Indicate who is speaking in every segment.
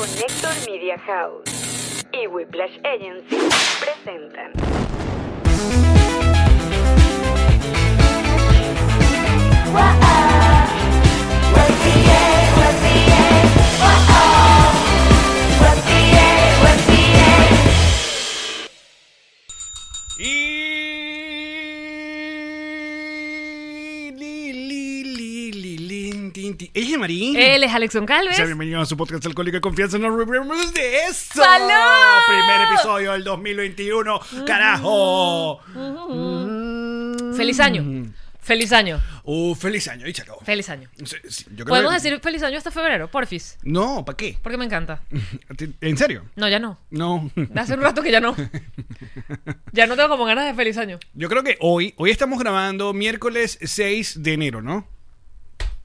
Speaker 1: Connector Media House y Whiplash Agency presentan.
Speaker 2: Y... li, li, li, li, lin, tin, tin. Ella es Marín.
Speaker 3: Él es Alexon Calves.
Speaker 2: Sea bienvenido a su podcast Alcohólico de Confianza. Nos reiremos de eso.
Speaker 3: ¡Salud!
Speaker 2: Primer episodio del 2021. ¡Carajo! Mm.
Speaker 3: Feliz año. Feliz año.
Speaker 2: Uh, feliz año, y se acabó.
Speaker 3: Feliz año.
Speaker 2: Sí, sí, yo creo
Speaker 3: Podemos
Speaker 2: que-
Speaker 3: decir feliz año hasta febrero, porfis.
Speaker 2: No, ¿para qué?
Speaker 3: Porque me encanta.
Speaker 2: ¿En serio?
Speaker 3: No, ya no.
Speaker 2: No.
Speaker 3: Hace un rato que ya no. Ya no tengo como ganas de feliz año.
Speaker 2: Yo creo que hoy, hoy estamos grabando miércoles 6 de enero, ¿no?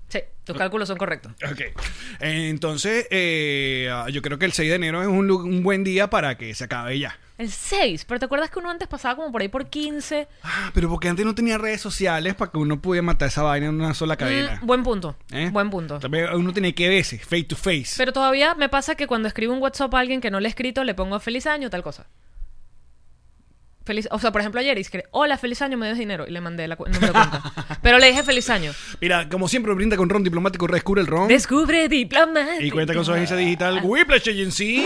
Speaker 3: Sí,
Speaker 2: Ah.
Speaker 3: tus cálculos son correctos.
Speaker 2: Ok. Entonces, eh, ah, yo creo que el 6 de enero es un, lu- un buen día para que se acabe ya.
Speaker 3: El 6, pero ¿te acuerdas que uno antes pasaba como por ahí por 15?
Speaker 2: Ah, pero porque antes no tenía redes sociales para que uno pudiera matar esa vaina en una sola cadena.
Speaker 3: Mm, buen punto.
Speaker 2: ¿Eh?
Speaker 3: Buen punto.
Speaker 2: También uno tiene que verse, face to face.
Speaker 3: Pero todavía me pasa que cuando escribo un WhatsApp a alguien que no le he escrito, le pongo feliz año, tal cosa. Feliz, o sea, por ejemplo, ayer escribí, hola, feliz año, me debes dinero. Y le mandé la cu- el número de cuenta. Pero le dije feliz año.
Speaker 2: Mira, como siempre, brinda con ron diplomático, redescubre el ron.
Speaker 3: Descubre diploma.
Speaker 2: y cuenta con su agencia digital Whiplash Agency.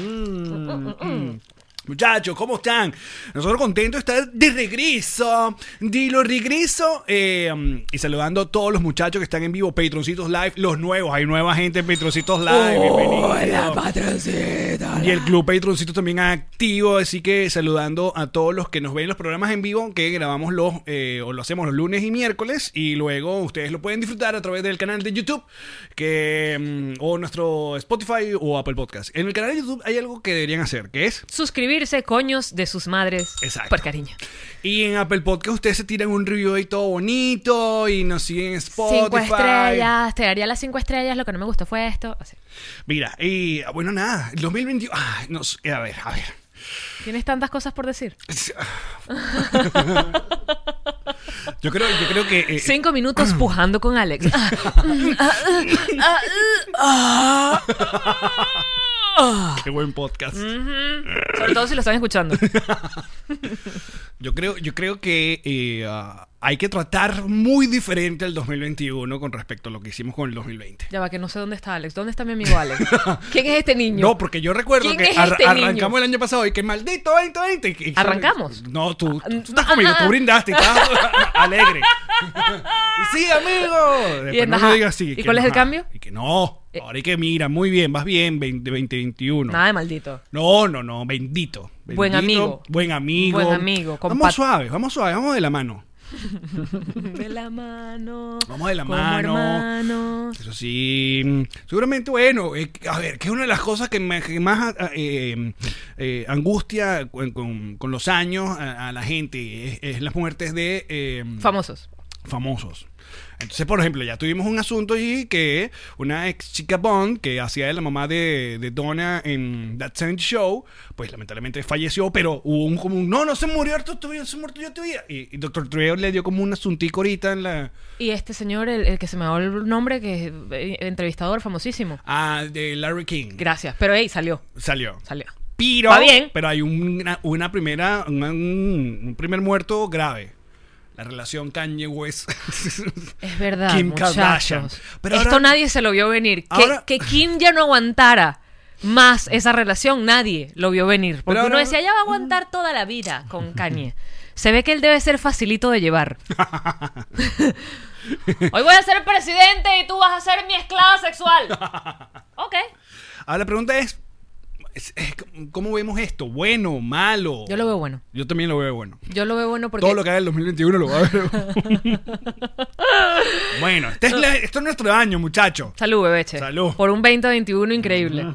Speaker 2: Mm, mm. Muchachos, ¿cómo están? Nosotros contentos de estar de regreso. Dilo regreso. eh, um, y saludando a todos los muchachos que están en vivo, Patroncitos Live, los nuevos. Hay nueva gente en Patroncitos Live. Bienvenidos. Y el Club Patroncito también activo, así que saludando a todos los que nos ven en los programas en vivo que grabamos los eh, o lo hacemos los lunes y miércoles y luego ustedes lo pueden disfrutar a través del canal de YouTube que mm, o nuestro Spotify o Apple Podcast. En el canal de YouTube hay algo que deberían hacer, que es
Speaker 3: Suscribirse, coños de sus madres.
Speaker 2: Exacto.
Speaker 3: Por cariño.
Speaker 2: y en Apple Podcast ustedes se tiran un review ahí todo bonito y nos siguen en Spotify.
Speaker 3: Cinco estrellas. Te daría las cinco estrellas. Lo que no me gustó fue esto. Así.
Speaker 2: Mira, y ah, bueno, nada, el 2021, ah, no sé, a ver, a ver.
Speaker 3: Tienes tantas cosas por decir.
Speaker 2: Yo creo, yo creo que eh,
Speaker 3: Cinco minutos pujando con Alex.
Speaker 2: Qué buen podcast.
Speaker 3: Sobre todo si lo están escuchando.
Speaker 2: Yo creo, yo creo que eh, ah, hay que tratar muy diferente el 2021 con respecto a lo que hicimos con el 2020.
Speaker 3: Ya va, que no sé dónde está Alex. ¿Dónde está mi amigo Alex? ¿Quién es este niño?
Speaker 2: No, porque yo recuerdo
Speaker 3: ¿Quién
Speaker 2: que
Speaker 3: es
Speaker 2: ar-
Speaker 3: este
Speaker 2: arrancamos
Speaker 3: niño?
Speaker 2: el año pasado y que maldito 2020. y- y-
Speaker 3: ¿Arrancamos?
Speaker 2: No, tú, tú estás
Speaker 3: Ah,
Speaker 2: conmigo,
Speaker 3: ah,
Speaker 2: tú
Speaker 3: ah.
Speaker 2: brindaste, estás alegre. Y sí, amigo. Después
Speaker 3: en
Speaker 2: no
Speaker 3: ajá.
Speaker 2: me digas así,
Speaker 3: ¿Y
Speaker 2: que
Speaker 3: cuál es el
Speaker 2: ajá,
Speaker 3: cambio? Eh.
Speaker 2: Y que no, ahora hay que mira, muy bien, vas bien, 20, 2021.
Speaker 3: Nada de maldito.
Speaker 2: No, no, no, bendito. bendito,
Speaker 3: Buen amigo.
Speaker 2: Buen amigo.
Speaker 3: Buen amigo, compa-
Speaker 2: Vamos suave, vamos suave, vamos de la mano.
Speaker 3: De la mano.
Speaker 2: Vamos de la
Speaker 3: como
Speaker 2: mano.
Speaker 3: hermanos.
Speaker 2: Eso sí, mm, seguramente, bueno, eh, a ver, que es una de las cosas que, me- que más ah, eh, eh, angustia con, con- con los años a, a la gente es, es las muertes de eh,
Speaker 3: Famosos.
Speaker 2: famosos. Entonces, por ejemplo, ya tuvimos un asunto allí que una ex chica Bond que hacía de la mamá de, de Donna en That 70 Show, pues lamentablemente falleció, pero hubo un como un, no, no se murió Arturo Tobías, se murió yo Tobías". Y, y Dr. Trujillo le dio como un asuntico ahorita en la...
Speaker 3: Y este señor, el, el que se me va el nombre, que es eh, entrevistador famosísimo.
Speaker 2: Ah, de Larry King.
Speaker 3: Gracias. Pero hey, salió.
Speaker 2: Salió.
Speaker 3: Salió.
Speaker 2: Pero,
Speaker 3: Va bien.
Speaker 2: pero hay una, una primera, una- un, un primer muerto grave. La relación Kanye West.
Speaker 3: Es verdad,
Speaker 2: Kim
Speaker 3: muchachos.
Speaker 2: Kardashian. Pero
Speaker 3: Esto
Speaker 2: ahora-
Speaker 3: nadie se lo vio venir. Que,
Speaker 2: Ahora-
Speaker 3: que Kim ya no aguantara más esa relación, nadie lo vio venir. Porque
Speaker 2: Pero ahora-
Speaker 3: uno decía, ya va a aguantar toda la vida con Kanye. Se ve que él debe ser facilito de llevar. Hoy voy a ser presidente y tú vas a ser mi esclava sexual. Ok.
Speaker 2: Ahora la pregunta es, es- es- ¿cómo vemos esto? ¿Bueno? ¿Malo?
Speaker 3: Yo lo veo bueno.
Speaker 2: Yo también lo veo bueno.
Speaker 3: Yo lo veo bueno porque...
Speaker 2: Todo lo que haga el 2021 lo va a ver. bueno, este es la- esto es nuestro año, muchacho.
Speaker 3: Salud, bebeche.
Speaker 2: Salud. Mm.
Speaker 3: Por un 2021 increíble.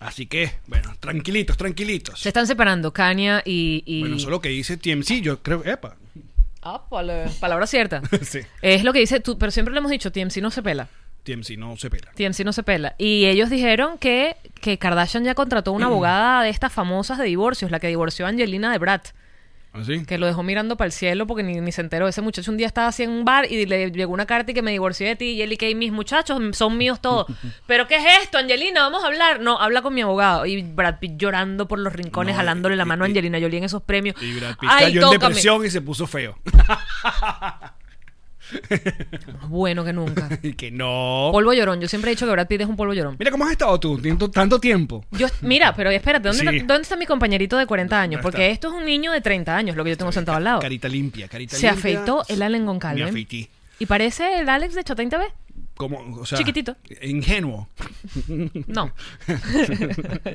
Speaker 2: Así que, bueno, tranquilitos, tranquilitos.
Speaker 3: Se están separando Kanye y... y...
Speaker 2: Bueno, solo que dice TMC, yo creo, epa.
Speaker 3: Ah, pala- palabra cierta.
Speaker 2: Sí.
Speaker 3: Es lo que dice tú, pero siempre lo hemos dicho, TMC no se pela.
Speaker 2: TMC no se pela.
Speaker 3: TMC no se pela. Y ellos dijeron que, que Kardashian ya contrató una abogada de estas famosas de divorcios, la que divorció a Angelina de Brad.
Speaker 2: ¿Así?
Speaker 3: Que lo dejó mirando para el cielo porque ni, ni se enteró. Ese muchacho un día estaba así en un bar y le llegó una carta y que me divorcié de ti. Y él y que mis muchachos son míos todos. ¿Pero qué es esto, Angelina? Vamos a hablar. No, habla con mi abogado. Y Brad Pitt llorando por los rincones,
Speaker 2: No,
Speaker 3: jalándole la
Speaker 2: y-
Speaker 3: mano a
Speaker 2: y-
Speaker 3: Angelina Jolie en esos premios.
Speaker 2: Y Brad Pitt
Speaker 3: Ay,
Speaker 2: cayó en
Speaker 3: tócame.
Speaker 2: depresión y se puso feo.
Speaker 3: Más Bueno que nunca. Oh.
Speaker 2: y que no.
Speaker 3: Polvo llorón. Yo siempre he dicho que Brad Pitt es un polvo llorón.
Speaker 2: Mira cómo has estado tú, tanto, tanto tiempo.
Speaker 3: Yo, mira, pero espérate, ¿dónde,
Speaker 2: Sí.
Speaker 3: está, dónde está mi compañerito de 40 años?
Speaker 2: No
Speaker 3: Porque
Speaker 2: está.
Speaker 3: esto es un niño de 30 años, lo que yo tengo sentado al lado.
Speaker 2: Carita limpia, carita
Speaker 3: Se
Speaker 2: limpia.
Speaker 3: afeitó el Allen Goncalves.
Speaker 2: Me afeití.
Speaker 3: ¿Y parece el Alex de Chota TV?
Speaker 2: Como, o sea,
Speaker 3: Chiquitito.
Speaker 2: Ingenuo.
Speaker 3: No.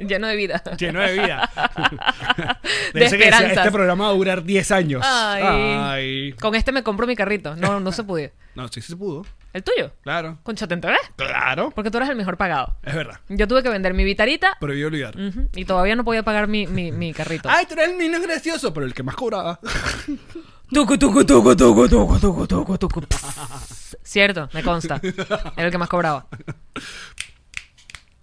Speaker 3: Lleno de vida.
Speaker 2: Lleno de vida.
Speaker 3: de
Speaker 2: Pensé que decía,
Speaker 3: esperanzas.
Speaker 2: Este programa va a durar 10 años.
Speaker 3: Ay.
Speaker 2: Ay.
Speaker 3: Con este me compro mi carrito. No, no se pudo.
Speaker 2: No, sí se pudo.
Speaker 3: ¿El tuyo?
Speaker 2: Claro.
Speaker 3: ¿Con Chota TV?
Speaker 2: Claro.
Speaker 3: Porque tú eres el mejor pagado.
Speaker 2: Es verdad.
Speaker 3: Yo tuve que vender mi vitarita
Speaker 2: Prohibido olvidar.
Speaker 3: ujú, y todavía no podía pagar mi, mi, mi carrito.
Speaker 2: Ay, tú eres el niño gracioso, pero el que más cobraba.
Speaker 3: Tucu, tucu, tucu, tucu, tucu, tucu, tucu, tucu. Cierto, me consta. Era el que más cobraba.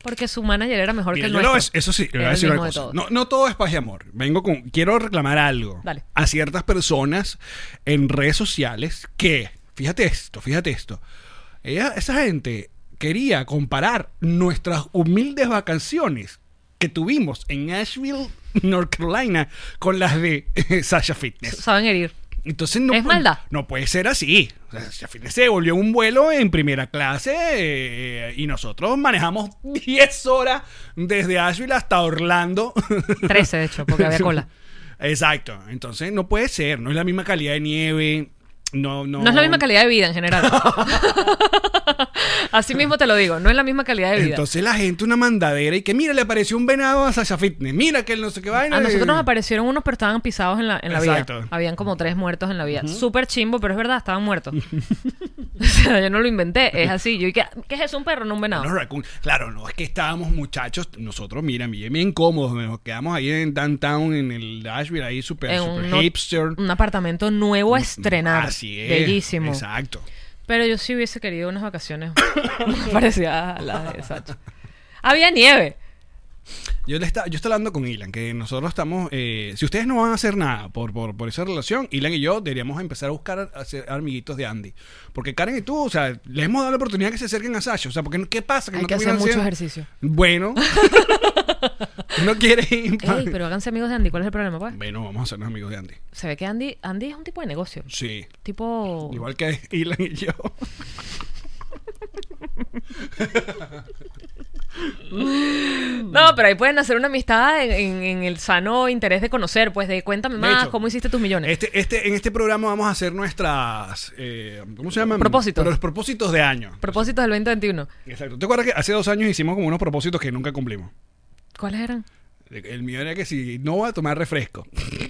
Speaker 3: Porque su manager era mejor
Speaker 2: Mira,
Speaker 3: que el
Speaker 2: yo lo-
Speaker 3: nuestro.
Speaker 2: es- eso sí, le voy
Speaker 3: Era
Speaker 2: a
Speaker 3: el
Speaker 2: decir una
Speaker 3: mismo de
Speaker 2: cosa.
Speaker 3: todos.
Speaker 2: No, no todo es paz y amor. Vengo con. Quiero reclamar algo.
Speaker 3: Dale.
Speaker 2: A ciertas personas en redes sociales que. Fíjate esto, fíjate esto. Ella- esa gente quería comparar nuestras humildes vacaciones que tuvimos en Asheville, North Carolina, con las de eh, Sasha Fitness.
Speaker 3: Saben herir.
Speaker 2: Entonces no,
Speaker 3: Es
Speaker 2: pu-
Speaker 3: maldad.
Speaker 2: no puede ser así. O sea, si al final se volvió un vuelo en primera clase eh, y nosotros manejamos 10 horas desde Asheville hasta Orlando.
Speaker 3: 13, de hecho, porque había cola.
Speaker 2: Exacto. Entonces no puede ser. No es la misma calidad de nieve. No, no.
Speaker 3: No es la misma calidad de vida en general. Así mismo te lo digo, no es la misma calidad de vida.
Speaker 2: Entonces la gente una mandadera y que mira, le apareció un venado a Sasha Fitness. Mira que no sé qué vaina.
Speaker 3: a Ah, nosotros nos
Speaker 2: Eh,
Speaker 3: aparecieron unos, pero estaban pisados en la, en la vía.
Speaker 2: Exacto.
Speaker 3: Habían como tres muertos en la vía. Súper chimbo, pero es verdad, estaban muertos. o sea, yo no lo inventé, es así. Yo, ¿y ¿qué, qué es eso? ¿Un perro? No un venado.
Speaker 2: Los raccoons. Claro, no, es que estábamos muchachos, nosotros, mira, bien, bien cómodos, nos quedamos ahí en downtown, en el Asheville, ahí súper
Speaker 3: en
Speaker 2: super
Speaker 3: un,
Speaker 2: hipster. Mm,
Speaker 3: un apartamento nuevo a estrenar.
Speaker 2: Así es.
Speaker 3: Bellísimo.
Speaker 2: Exacto.
Speaker 3: Pero yo sí hubiese querido unas vacaciones más parecidas a las de Sacha. Había nieve.
Speaker 2: Yo, le está, yo estaba hablando con Ilan, que nosotros estamos. eh, si ustedes no van a hacer nada por, por, por esa relación, Ilan y yo deberíamos empezar a buscar a hacer amiguitos de Andy. Porque Karen y tú, o sea, le hemos dado la oportunidad que se acerquen a Sasha. O sea, porque no- ¿qué pasa?
Speaker 3: Hay
Speaker 2: no
Speaker 3: que hacer
Speaker 2: terminan
Speaker 3: mucho
Speaker 2: siendo-
Speaker 3: ejercicio.
Speaker 2: Bueno. no quiere ir. pa-
Speaker 3: Ey, pero háganse amigos de Andy. ¿Cuál es el problema, pues?
Speaker 2: Bueno, vamos a hacernos amigos de Andy.
Speaker 3: Se ve que Andy, Andy es un tipo de negocio.
Speaker 2: Sí.
Speaker 3: Tipo.
Speaker 2: Igual que Ilan y yo.
Speaker 3: No, pero ahí pueden hacer una amistad en, en- en el sano interés de conocer, pues de cuéntame
Speaker 2: De
Speaker 3: más
Speaker 2: hecho,
Speaker 3: cómo hiciste tus millones.
Speaker 2: Este, este, en este programa vamos a hacer nuestras. eh, ¿Cómo se llaman?
Speaker 3: Propósitos.
Speaker 2: Pero los propósitos de año.
Speaker 3: Propósitos del 2021.
Speaker 2: Exacto. ¿Te acuerdas que hace dos años hicimos como unos propósitos que nunca cumplimos?
Speaker 3: ¿Cuáles eran?
Speaker 2: El mío era que si no va a tomar refresco.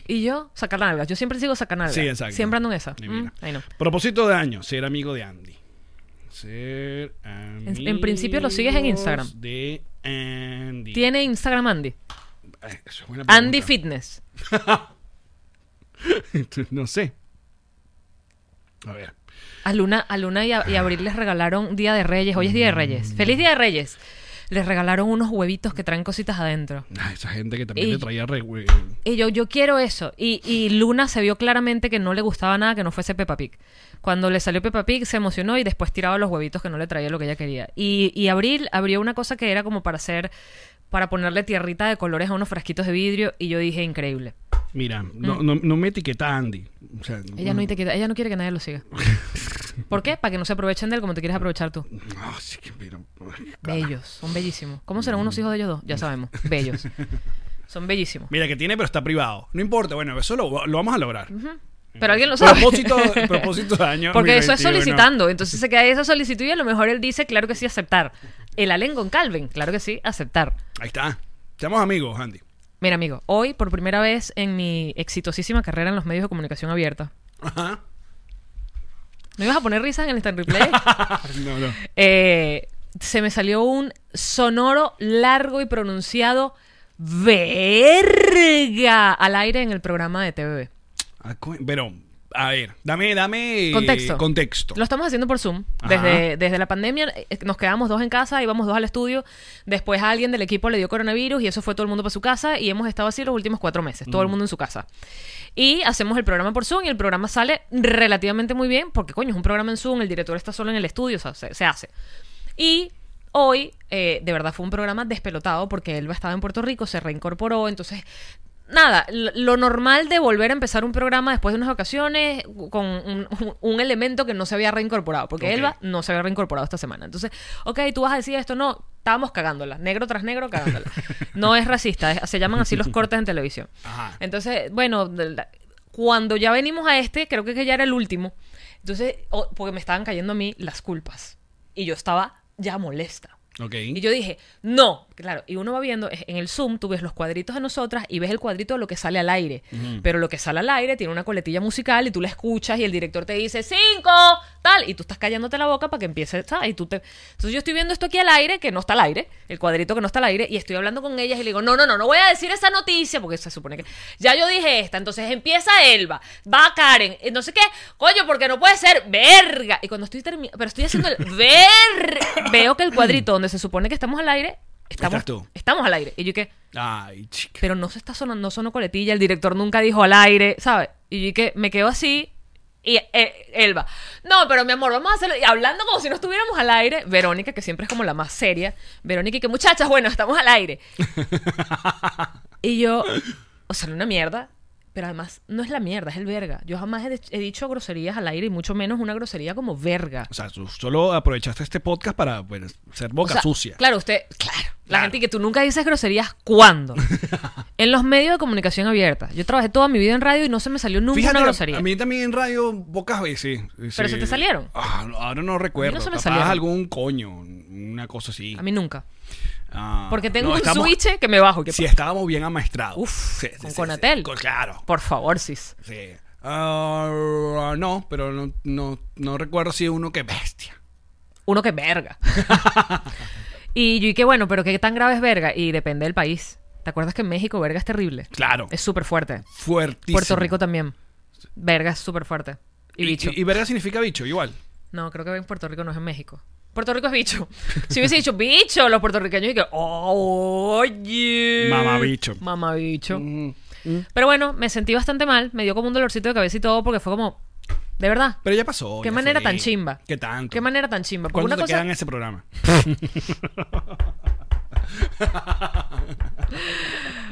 Speaker 3: Y yo, sacar nalgas. Yo siempre sigo sacar nalgas.
Speaker 2: Sí, exacto.
Speaker 3: Ah, Siempre ando en esa.
Speaker 2: Y
Speaker 3: Mm,
Speaker 2: mira.
Speaker 3: ay, no.
Speaker 2: Propósito de año, ser amigo de Andy. Ser amigos
Speaker 3: en principio lo sigues en Instagram.
Speaker 2: De Andy.
Speaker 3: Tiene Instagram Andy.
Speaker 2: Ay, eso es buena
Speaker 3: Andy
Speaker 2: pregunta.
Speaker 3: Fitness.
Speaker 2: no sé. A ver.
Speaker 3: A Luna, a Luna y, a, y a Abril les regalaron Día de Reyes. Hoy es Día de Reyes. ¡Feliz Día de Reyes! Les regalaron unos huevitos que traen cositas adentro.
Speaker 2: Ah, esa gente que también
Speaker 3: Y-
Speaker 2: le traía re... güey.
Speaker 3: Y yo, yo quiero eso. Y, y Luna se vio claramente que no le gustaba nada que no fuese Peppa Pig. Cuando le salió Peppa Pig, se emocionó y después tiraba los huevitos que no le traía lo que ella quería. Y, y Abril abrió una cosa que era como para hacer, para ponerle tierrita de colores a unos frasquitos de vidrio. Y yo dije, increíble.
Speaker 2: Mira, no, no, no me etiqueta Andy. O sea,
Speaker 3: Mm.
Speaker 2: mm.
Speaker 3: Ella no, te quiere- ella no quiere que nadie lo siga. ¿Por qué? Para que no se aprovechen de él como te quieres aprovechar tú.
Speaker 2: No, Ah, sí que mira, ay, carajo.
Speaker 3: Bellos, son bellísimos. ¿Cómo serán unos hijos de ellos dos? Ya sabemos, bellos. Son bellísimos.
Speaker 2: Mira, que tiene, pero está privado. No importa, bueno, eso lo, lo vamos a lograr.
Speaker 3: Pero alguien lo sabe.
Speaker 2: Propósito, propósito de año.
Speaker 3: Porque eso es
Speaker 2: 2021.
Speaker 3: solicitando. Entonces se queda ahí esa solicitud y a lo mejor él dice, claro que sí, aceptar. El Allen con Calvin, claro que sí, aceptar.
Speaker 2: Ahí está. Seamos amigos, Andy.
Speaker 3: Mira, amigo, hoy por primera vez en mi exitosísima carrera en los medios de comunicación abierta.
Speaker 2: Ajá.
Speaker 3: ¿Me ibas a poner risas en el instant replay?
Speaker 2: No, no.
Speaker 3: Eh, se me salió un sonoro largo y pronunciado verga al aire en el programa de TVB.
Speaker 2: Ah, cu- Pero, A ver, dame, dame eh,
Speaker 3: Contexto.
Speaker 2: contexto.
Speaker 3: Lo estamos haciendo por Zoom.
Speaker 2: Ajá.
Speaker 3: Desde, desde la pandemia eh, nos quedábamos dos en casa, íbamos dos al estudio. Después a alguien del equipo le dio coronavirus y eso fue todo el mundo para su casa. Y hemos estado así los últimos cuatro meses,
Speaker 2: Mm.
Speaker 3: todo el mundo en su casa. Y hacemos el programa por Zoom y el programa sale relativamente muy bien porque, coño, es un programa en Zoom, el director está solo en el estudio, o sea, se, se hace. Y hoy, eh, de verdad, fue un programa despelotado porque Elba estaba en Puerto Rico, se reincorporó, entonces... Nada, l- lo normal de volver a empezar un programa después de unas vacaciones con un, un- un elemento que no se había reincorporado, porque
Speaker 2: Ok.
Speaker 3: Elba no se había reincorporado esta semana. Entonces, ok, tú vas a decir esto, no, estábamos cagándola, negro tras negro cagándola. No es racista, es- se llaman así los cortes en televisión.
Speaker 2: Ajá.
Speaker 3: Entonces, bueno, de la- cuando ya venimos a este, creo que que ya era el último. Entonces, o- porque me estaban cayendo a mí las culpas. Y yo estaba ya molesta.
Speaker 2: Ok.
Speaker 3: Y yo dije, no, claro. Y uno va viendo, es- en el Zoom tú ves los cuadritos de nosotras y ves el cuadrito de lo que sale al aire. Pero lo que sale al aire tiene una coletilla musical y tú la escuchas y el director te dice, cinco, tal. Y tú estás callándote la boca para que empiece, ¿sabes? Y tú te... Entonces yo estoy viendo esto aquí al aire, que no está al aire, el cuadrito que no está al aire, y estoy hablando con ellas y le digo, no, no, no, no voy a decir esa noticia porque se supone que... Ya yo dije esta, entonces empieza Elba, va Karen, eh, no sé qué, coño, porque no puede ser, verga. Y cuando estoy terminando, pero estoy haciendo el ver, veo que el cuadrito donde se supone que estamos al aire, estamos,
Speaker 2: Estás tú.
Speaker 3: estamos al aire. Y yo que,
Speaker 2: Ay, chica.
Speaker 3: pero no se está sonando, no sonó coletilla, el director nunca dijo al aire, ¿sabes? Y yo que me quedo así. Y eh, Elba, no, pero mi amor, vamos a hacerlo. Y hablando como si no estuviéramos al aire, Verónica, que siempre es como la más seria, Verónica y que muchachas, bueno, estamos al aire. y yo, o sea, era una mierda, pero además no es la mierda, es el verga. Yo jamás he, de- he dicho groserías al aire y mucho menos una grosería como verga.
Speaker 2: O sea, tú solo aprovechaste este podcast para bueno, ser boca
Speaker 3: O sea,
Speaker 2: sucia.
Speaker 3: Claro, usted, claro. La
Speaker 2: Claro.
Speaker 3: gente que tú nunca dices groserías, ¿cuándo? en los medios de comunicación abierta. Yo trabajé toda mi vida en radio y no se me salió nunca
Speaker 2: Fíjate,
Speaker 3: una
Speaker 2: que
Speaker 3: grosería.
Speaker 2: a mí también en radio pocas veces. eh,
Speaker 3: Pero se te salieron.
Speaker 2: Ah, no, ahora no recuerdo.
Speaker 3: se me
Speaker 2: Capaz
Speaker 3: salieron.
Speaker 2: algún coño, una cosa así.
Speaker 3: A mí nunca.
Speaker 2: Ah,
Speaker 3: Porque tengo
Speaker 2: no,
Speaker 3: un
Speaker 2: estamos-
Speaker 3: switch que me bajo. y que-
Speaker 2: Sí, estábamos bien amaestrados.
Speaker 3: Uf,
Speaker 2: Sí, sí,
Speaker 3: con
Speaker 2: sí,
Speaker 3: Conatel.
Speaker 2: sí, con- claro.
Speaker 3: Por favor, sis.
Speaker 2: Sí. Ah, no, pero no, no, no recuerdo si uno que bestia.
Speaker 3: Uno que verga. y yo y que bueno, pero qué tan grave es verga. Y depende del país. ¿Te acuerdas que en México verga es terrible?
Speaker 2: Claro.
Speaker 3: Es súper fuerte.
Speaker 2: fuertísimo.
Speaker 3: Puerto Rico también. Verga es súper fuerte. Y bicho.
Speaker 2: Y, y verga significa bicho, igual.
Speaker 3: No, creo que en Puerto Rico no es en México. Puerto Rico es bicho. Si hubiese dicho bicho, los puertorriqueños y que, "Oh, oye.
Speaker 2: Mamabicho.
Speaker 3: Mamabicho. Pero bueno, me sentí bastante mal. Me dio como un dolorcito de cabeza y todo porque fue como, de verdad.
Speaker 2: Pero ya pasó.
Speaker 3: Qué
Speaker 2: ya
Speaker 3: manera
Speaker 2: fue.
Speaker 3: tan chimba.
Speaker 2: Qué tanto.
Speaker 3: Qué manera tan chimba. Porque
Speaker 2: ¿Cuándo
Speaker 3: una
Speaker 2: te
Speaker 3: cosa,
Speaker 2: queda en ese programa?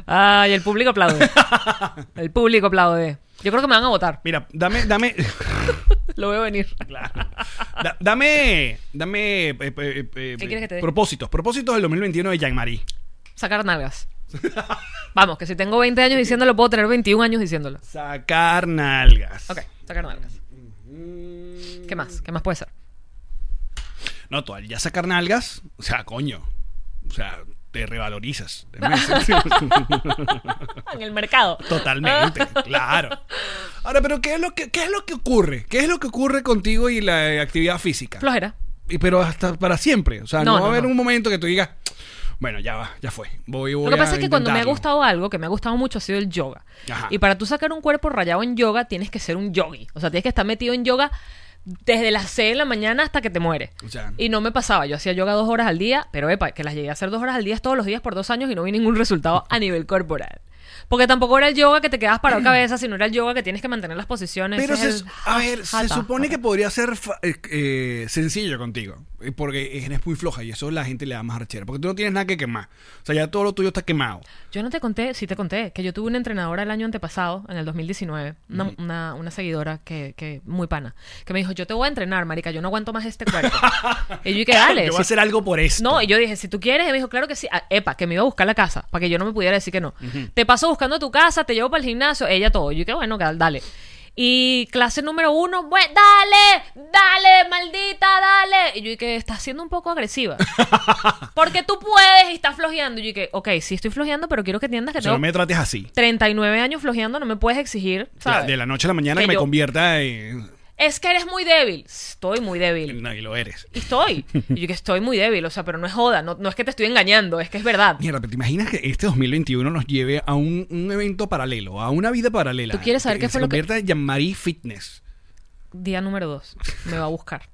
Speaker 3: Ay, el público aplaude. El público aplaude. Yo creo que me van a votar.
Speaker 2: Mira, dame, dame,
Speaker 3: Lo veo venir.
Speaker 2: da- dame, dame eh, eh, eh, eh,
Speaker 3: ¿Qué quieres que te dé?
Speaker 2: propósitos, propósitos del 2021 de Jean-Marie.
Speaker 3: Sacar nalgas. Vamos, que si tengo 20 años diciéndolo, puedo tener 21 años diciéndolo.
Speaker 2: Sacar nalgas.
Speaker 3: Ok, sacar nalgas. ¿Qué más? ¿Qué más puede ser?
Speaker 2: No, tú al ya sacar nalgas, o sea, coño, o sea, te revalorizas. En ese sentido.
Speaker 3: Ah, En el mercado.
Speaker 2: Totalmente, claro. Ahora, pero ¿qué es lo que qué es lo que ocurre? ¿Qué es lo que ocurre contigo y la eh, actividad física?
Speaker 3: Flojera.
Speaker 2: Y pero hasta para siempre, o sea, no,
Speaker 3: No,
Speaker 2: va
Speaker 3: no,
Speaker 2: a haber
Speaker 3: no.
Speaker 2: un momento que tú digas, bueno, ya va, ya fue. Voy, voy
Speaker 3: Lo que pasa
Speaker 2: a
Speaker 3: es que cuando me ha
Speaker 2: intentarlo".
Speaker 3: gustado algo, que me ha gustado mucho, ha sido el yoga.
Speaker 2: Ajá.
Speaker 3: Y para tú sacar un cuerpo rayado en yoga, tienes que ser un yogi. O sea, tienes que estar metido en yoga desde las 6 de la mañana hasta que te mueres.
Speaker 2: O sea.
Speaker 3: y no me pasaba. Yo hacía yoga dos horas al día, pero epa, que las llegué a hacer dos horas al día todos los días por dos años y no vi ningún resultado a nivel corporal. Porque tampoco era el yoga que te quedabas parado cabeza, sino era el yoga que tienes que mantener las posiciones.
Speaker 2: Pero
Speaker 3: Ese
Speaker 2: se,
Speaker 3: es
Speaker 2: su-
Speaker 3: el-
Speaker 2: a ver, se
Speaker 3: Jata.
Speaker 2: supone que podría ser fa- eh, eh, sencillo contigo, eh, porque eres muy floja y eso la gente le da más archera, porque tú no tienes nada que quemar. O sea, ya todo lo tuyo está quemado.
Speaker 3: Yo no te conté, sí te conté, que yo tuve una entrenadora el año antepasado, en el 2019, una, una, una seguidora que, que muy pana, que me dijo, yo te voy a entrenar, marica, yo no aguanto más este cuerpo. y yo dije, dale.
Speaker 2: Yo voy
Speaker 3: si-
Speaker 2: a hacer algo por eso.
Speaker 3: No, y yo dije, si tú quieres, y me dijo, claro que sí. Ah, epa, que me iba a buscar la casa, para que yo no me pudiera decir que no. Te paso buscando tu casa, te llevo para el gimnasio, ella todo. Yo dije, bueno, gal- dale. Y clase número uno, bueno, dale, dale, maldita, dale. Y yo dije, estás siendo un poco agresiva. Porque tú puedes y estás flojeando. Y yo dije, ok, sí estoy flojeando, pero quiero que entiendas que
Speaker 2: O sea, no
Speaker 3: tengo
Speaker 2: me trates así.
Speaker 3: 39 años flojeando, no me puedes exigir,
Speaker 2: La-
Speaker 3: ¿sabes?
Speaker 2: de la noche a la mañana que,
Speaker 3: Que
Speaker 2: me
Speaker 3: yo-
Speaker 2: convierta en...
Speaker 3: es que eres muy débil. Estoy muy débil.
Speaker 2: No, y lo eres.
Speaker 3: Y estoy. Y yo que estoy muy débil, o sea, pero no es joda, no, no es que te estoy engañando, es que es verdad.
Speaker 2: Mierda, pero ¿te imaginas que este 2021 nos lleve a un, un evento paralelo, a una vida paralela?
Speaker 3: ¿Tú quieres saber qué fue lo que-
Speaker 2: Se convierta en Jean-Marie Fitness.
Speaker 3: Día número dos, me va a buscar.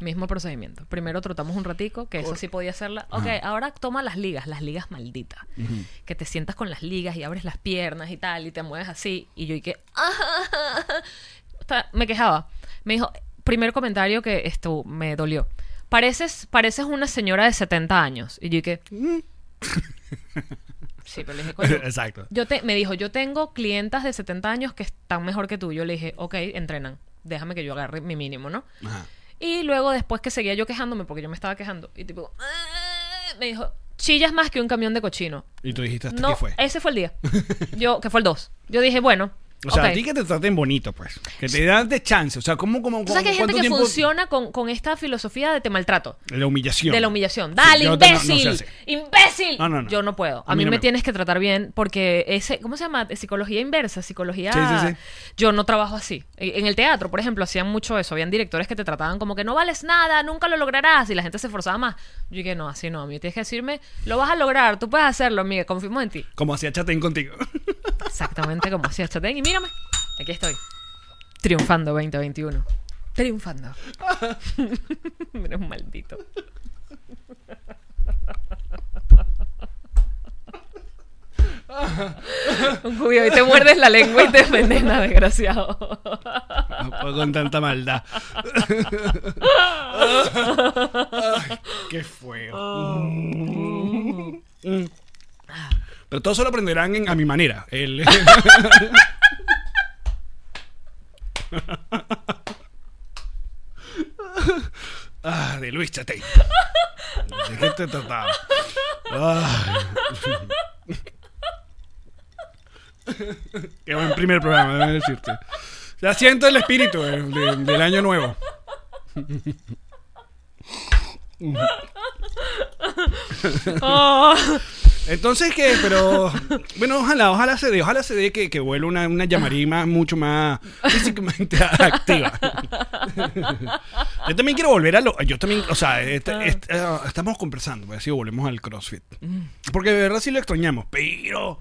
Speaker 3: Mismo procedimiento. Primero trotamos un ratico, que eso sí podía hacerla. Ok, ahora toma las ligas, las ligas malditas. Que te sientas con las ligas y abres las piernas y tal, y te mueves así. Y yo y que... "Ah, Ta- Me quejaba. Me dijo, primer comentario que esto me dolió. Pareces, pareces una señora de 70 años. Y yo y que... Sí, pero le dije, coño,
Speaker 2: Exacto.
Speaker 3: yo te, me dijo, yo tengo clientas de 70 años que están mejor que tú. Yo le dije, ok, entrenan. Déjame que yo agarre mi mínimo, ¿no?
Speaker 2: Ajá.
Speaker 3: Y luego después que seguía yo quejándome, porque yo me estaba quejando, y tipo, "Ah", me dijo, chillas más que un camión de cochino.
Speaker 2: Y tú dijiste hasta
Speaker 3: No,
Speaker 2: qué fue.
Speaker 3: ese fue el día. Yo, que fue el 2. Yo dije, bueno,
Speaker 2: O sea,
Speaker 3: ok.
Speaker 2: a ti que te traten bonito, pues. Que te dan de chance. O sea, ¿cómo, cómo,
Speaker 3: Tú sabes que hay gente
Speaker 2: cuánto
Speaker 3: que
Speaker 2: tiempo-
Speaker 3: funciona con, con esta filosofía de te maltrato.
Speaker 2: De la humillación.
Speaker 3: De la humillación. Dale,
Speaker 2: Sí, yo te- no- no se
Speaker 3: imbécil.
Speaker 2: hace.
Speaker 3: Imbécil.
Speaker 2: No, no, no.
Speaker 3: Yo no puedo. A,
Speaker 2: A
Speaker 3: mí,
Speaker 2: mí no
Speaker 3: me
Speaker 2: me-
Speaker 3: tienes que tratar bien porque ese, ¿cómo se llama? Eh, Psicología inversa, psicología...
Speaker 2: Sí, sí, sí.
Speaker 3: Yo no trabajo así. Eh, En el teatro, por ejemplo, hacían mucho eso. Habían directores que te trataban como que no vales nada, nunca lo lograrás. Y la gente se forzaba más. Yo dije, no, así no. A mí tienes que decirme, lo vas a lograr, tú puedes hacerlo, Miguel, confirmo en ti.
Speaker 2: Como hacía Chatén contigo.
Speaker 3: Exactamente como hacía Chatén. Y mírame, aquí estoy. Triunfando 2021. Triunfando. Mira, un maldito. Un cubio, y te muerdes la lengua y te envenenas, desgraciado.
Speaker 2: con tanta maldad. Ay, qué fuego. Pero todos se lo aprenderán en- a mi manera. El- ah, de Luis Chatey. ¿De qué te trataba? Ay. Qué buen primer programa, debo decirte. Ya siento el espíritu de- de- del año nuevo.
Speaker 3: Oh.
Speaker 2: Entonces, ¿qué? Pero, bueno, ojalá, ojalá se dé, ojalá se dé que, que vuelva una, una llamarí más, mucho más físicamente activa. Yo también quiero volver a lo, yo también, o sea, este- este- ah, estamos conversando, pues, así volvemos al CrossFit.
Speaker 3: Mm.
Speaker 2: Porque de verdad sí lo extrañamos, pero, o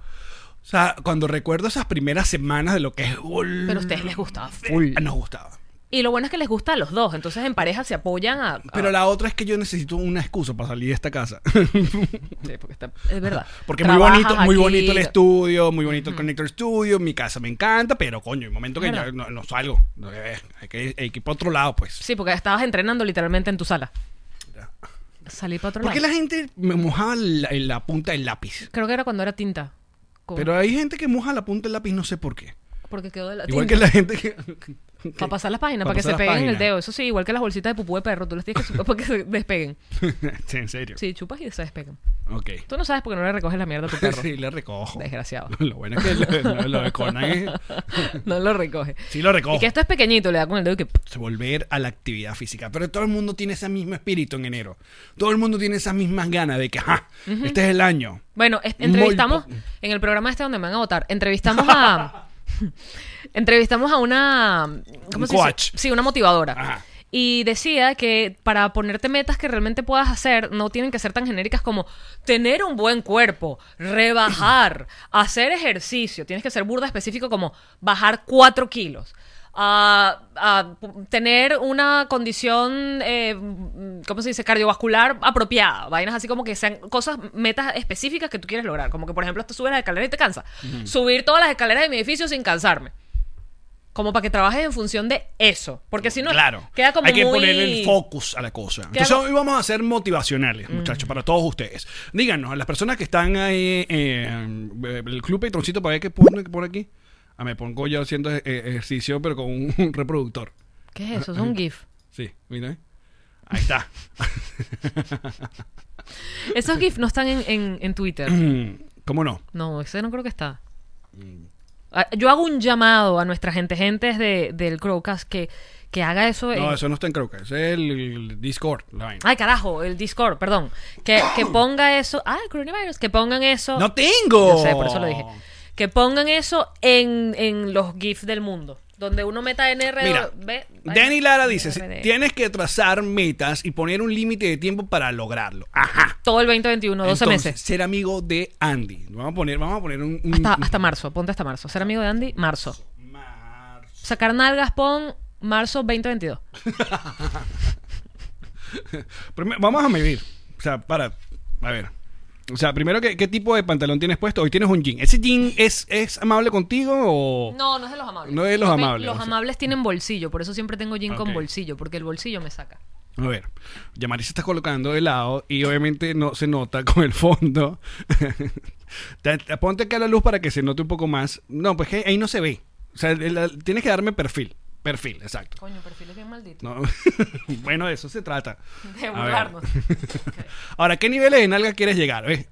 Speaker 2: sea, cuando recuerdo esas primeras semanas de lo que es volver.
Speaker 3: Pero a ustedes les gustaba
Speaker 2: full. Ah, Nos gustaba.
Speaker 3: Y lo bueno es que les gusta a los dos, entonces en pareja se apoyan a. a-
Speaker 2: Pero la otra es que yo necesito una excusa para salir de esta casa.
Speaker 3: Sí, porque está- Es verdad.
Speaker 2: Porque muy
Speaker 3: Trabajas
Speaker 2: bonito, muy
Speaker 3: aquí,
Speaker 2: bonito el estudio, muy bonito el Connector Studio, mi casa me encanta, pero coño, hay un momento que ya
Speaker 3: Claro.
Speaker 2: no, no salgo. No, eh, Hay que, hay que ir para otro lado, pues.
Speaker 3: Sí, porque estabas entrenando literalmente en tu sala. Salí para otro
Speaker 2: ¿Por qué
Speaker 3: lado.
Speaker 2: la gente me mojaba la, la punta del lápiz?
Speaker 3: Creo que era cuando era tinta. Con-
Speaker 2: Pero hay gente que moja la punta del lápiz, no sé por qué.
Speaker 3: Porque quedó de la
Speaker 2: Igual
Speaker 3: tinta.
Speaker 2: que la gente que.
Speaker 3: Para pasar las páginas,
Speaker 2: Para
Speaker 3: para, que se
Speaker 2: pasar las
Speaker 3: peguen en el
Speaker 2: páginas.
Speaker 3: dedo. Eso sí, igual que las bolsitas de pupú de perro. Tú las tienes que chupar para que se despeguen.
Speaker 2: Sí, en serio.
Speaker 3: Sí, chupas y se despegan.
Speaker 2: Ok.
Speaker 3: Tú no sabes porque no le recoges la mierda a tu perro.
Speaker 2: Sí, le recojo.
Speaker 3: Desgraciado.
Speaker 2: Lo bueno es que lo, lo de Conan es.
Speaker 3: no lo recoge.
Speaker 2: Sí, lo
Speaker 3: Y
Speaker 2: recojo.
Speaker 3: que esto es pequeñito, le da con el dedo y que...
Speaker 2: volver a la actividad física. Pero todo el mundo tiene ese mismo espíritu en enero. Todo el mundo tiene esas mismas ganas de que, ajá, este es el año.
Speaker 3: Bueno, es-
Speaker 2: Muy
Speaker 3: entrevistamos
Speaker 2: poco.
Speaker 3: en el programa este donde me van a votar. Entrevistamos a entrevistamos a una ¿cómo
Speaker 2: Un
Speaker 3: se dice?
Speaker 2: coach.
Speaker 3: Sí, una motivadora.
Speaker 2: Ajá.
Speaker 3: Y decía que para ponerte metas que realmente puedas hacer, no tienen que ser tan genéricas como tener un buen cuerpo, rebajar, hacer ejercicio. Tienes que ser burda específico como bajar cuatro kilos. a- a tener una condición, eh, ¿cómo se dice?, cardiovascular apropiada. Vainas así como que sean cosas, metas específicas que tú quieres lograr. Como que, por ejemplo, tú subes las escaleras y te cansas. Subir todas las escaleras de mi edificio sin cansarme. Como para que trabajes en función de eso. Porque si no,
Speaker 2: claro.
Speaker 3: queda como
Speaker 2: Hay que
Speaker 3: muy-
Speaker 2: poner el focus a la cosa. Entonces
Speaker 3: como-
Speaker 2: hoy vamos a ser motivacionales, muchachos, para todos ustedes. Díganos, a las personas que están ahí, eh, el club Patroncito, para ver qué pone por aquí. Ah, me pongo yo haciendo eh, ejercicio, pero con un reproductor.
Speaker 3: ¿Qué es eso? Es un GIF.
Speaker 2: Sí, mira ahí. Ahí está.
Speaker 3: Esos GIF no están en, en- en Twitter.
Speaker 2: ¿Cómo no?
Speaker 3: No, ese no creo que está. Ah, Yo hago un llamado a nuestra gente, gentes de, del Crowcast, que, que haga eso. en-
Speaker 2: No, eso no está en Crocas, es el, el Discord. la vaina.
Speaker 3: Ay, carajo, el Discord, perdón. Que, que ponga eso. Ah, el coronavirus. Que pongan eso.
Speaker 2: ¡No tengo!
Speaker 3: Yo sé, por eso lo dije. Que pongan eso en, en los GIFs del mundo. Donde uno meta NR.
Speaker 2: Mira,
Speaker 3: ve- ay,
Speaker 2: Danny Lara dice,
Speaker 3: NRD.
Speaker 2: tienes que trazar metas y poner un límite de tiempo para lograrlo. Ajá.
Speaker 3: Todo el 2021, 12
Speaker 2: Entonces,
Speaker 3: meses.
Speaker 2: Ser amigo de Andy. Vamos a poner, vamos a poner un... un-
Speaker 3: Hasta,
Speaker 2: un-
Speaker 3: hasta marzo, ponte hasta marzo. Ser amigo de Andy, marzo.
Speaker 2: Marzo.
Speaker 3: Sacar nalgas, pon marzo 2022.
Speaker 2: Primero, vamos a medir. O sea, para. A ver. O sea, primero, ¿qué, qué tipo de pantalón tienes puesto? Hoy tienes un jean. ¿Ese jean es, es amable contigo o.?
Speaker 3: No, no es de los amables.
Speaker 2: No es de los
Speaker 3: Creo que
Speaker 2: amables,
Speaker 3: Los
Speaker 2: o sea.
Speaker 3: amables tienen bolsillo, por eso siempre tengo jean con
Speaker 2: Ok.
Speaker 3: bolsillo, porque el bolsillo me saca.
Speaker 2: A ver. Yamari se está colocando de lado y obviamente no se nota con el fondo. Te- te- Ponte acá la luz para que se note un poco más. No, pues que ahí no se ve. O sea, el- el- tienes que darme perfil. Perfil, exacto.
Speaker 3: Coño, perfil es bien maldito.
Speaker 2: No. bueno, de eso se trata.
Speaker 3: De
Speaker 2: A ver.
Speaker 3: burlarnos. Ok.
Speaker 2: Ahora, ¿qué niveles de nalga quieres llegar? ¿Ves?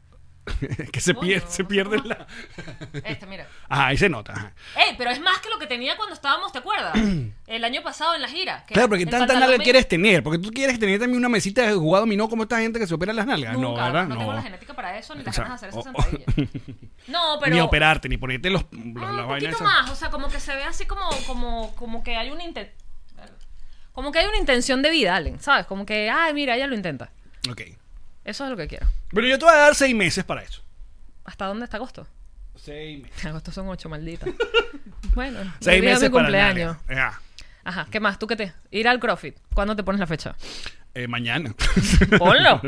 Speaker 2: que se,
Speaker 3: Coño,
Speaker 2: pierde, se
Speaker 3: Oh, no sé
Speaker 2: pierde
Speaker 3: cómo-
Speaker 2: la.
Speaker 3: Este, mira.
Speaker 2: Ajá, ahí se nota. ajá.
Speaker 3: ¡Ey! Pero es más que lo que tenía cuando estábamos, ¿te acuerdas? El año pasado en la gira. que
Speaker 2: Claro, porque
Speaker 3: el
Speaker 2: tanta
Speaker 3: pantalón
Speaker 2: nalga
Speaker 3: me-
Speaker 2: quieres tener. Porque tú quieres tener también una mesita de jugado dominó como esta gente que se opera las nalgas.
Speaker 3: Nunca,
Speaker 2: no, ¿verdad?
Speaker 3: No,
Speaker 2: No.
Speaker 3: tengo la genética para eso, ni las
Speaker 2: O sea,
Speaker 3: ganas de hacer esas
Speaker 2: o- o-
Speaker 3: sentadillas. No, pero...
Speaker 2: Ni operarte, ni ponerte los, los-
Speaker 3: Mm,
Speaker 2: la
Speaker 3: un
Speaker 2: vaina
Speaker 3: poquito
Speaker 2: esa.
Speaker 3: más, o sea, como que se ve así como, como, como que hay una inten- Como que hay una intención de vida, Allen, ¿sabes? Como que, ay, mira, ella lo intenta.
Speaker 2: Ok.
Speaker 3: Eso es lo que quiero.
Speaker 2: Pero yo te voy a dar seis meses para eso.
Speaker 3: ¿Hasta dónde está agosto?
Speaker 2: Seis meses.
Speaker 3: Agosto son ocho, maldita. Bueno,
Speaker 2: Seis
Speaker 3: el día de
Speaker 2: meses
Speaker 3: mi
Speaker 2: para
Speaker 3: cumpleaños.
Speaker 2: nalgas. Ajá.
Speaker 3: Ajá, ¿qué más? ¿Tú qué te? Ir al CrossFit. ¿Cuándo te pones la fecha?
Speaker 2: Eh, mañana.
Speaker 3: Ponlo,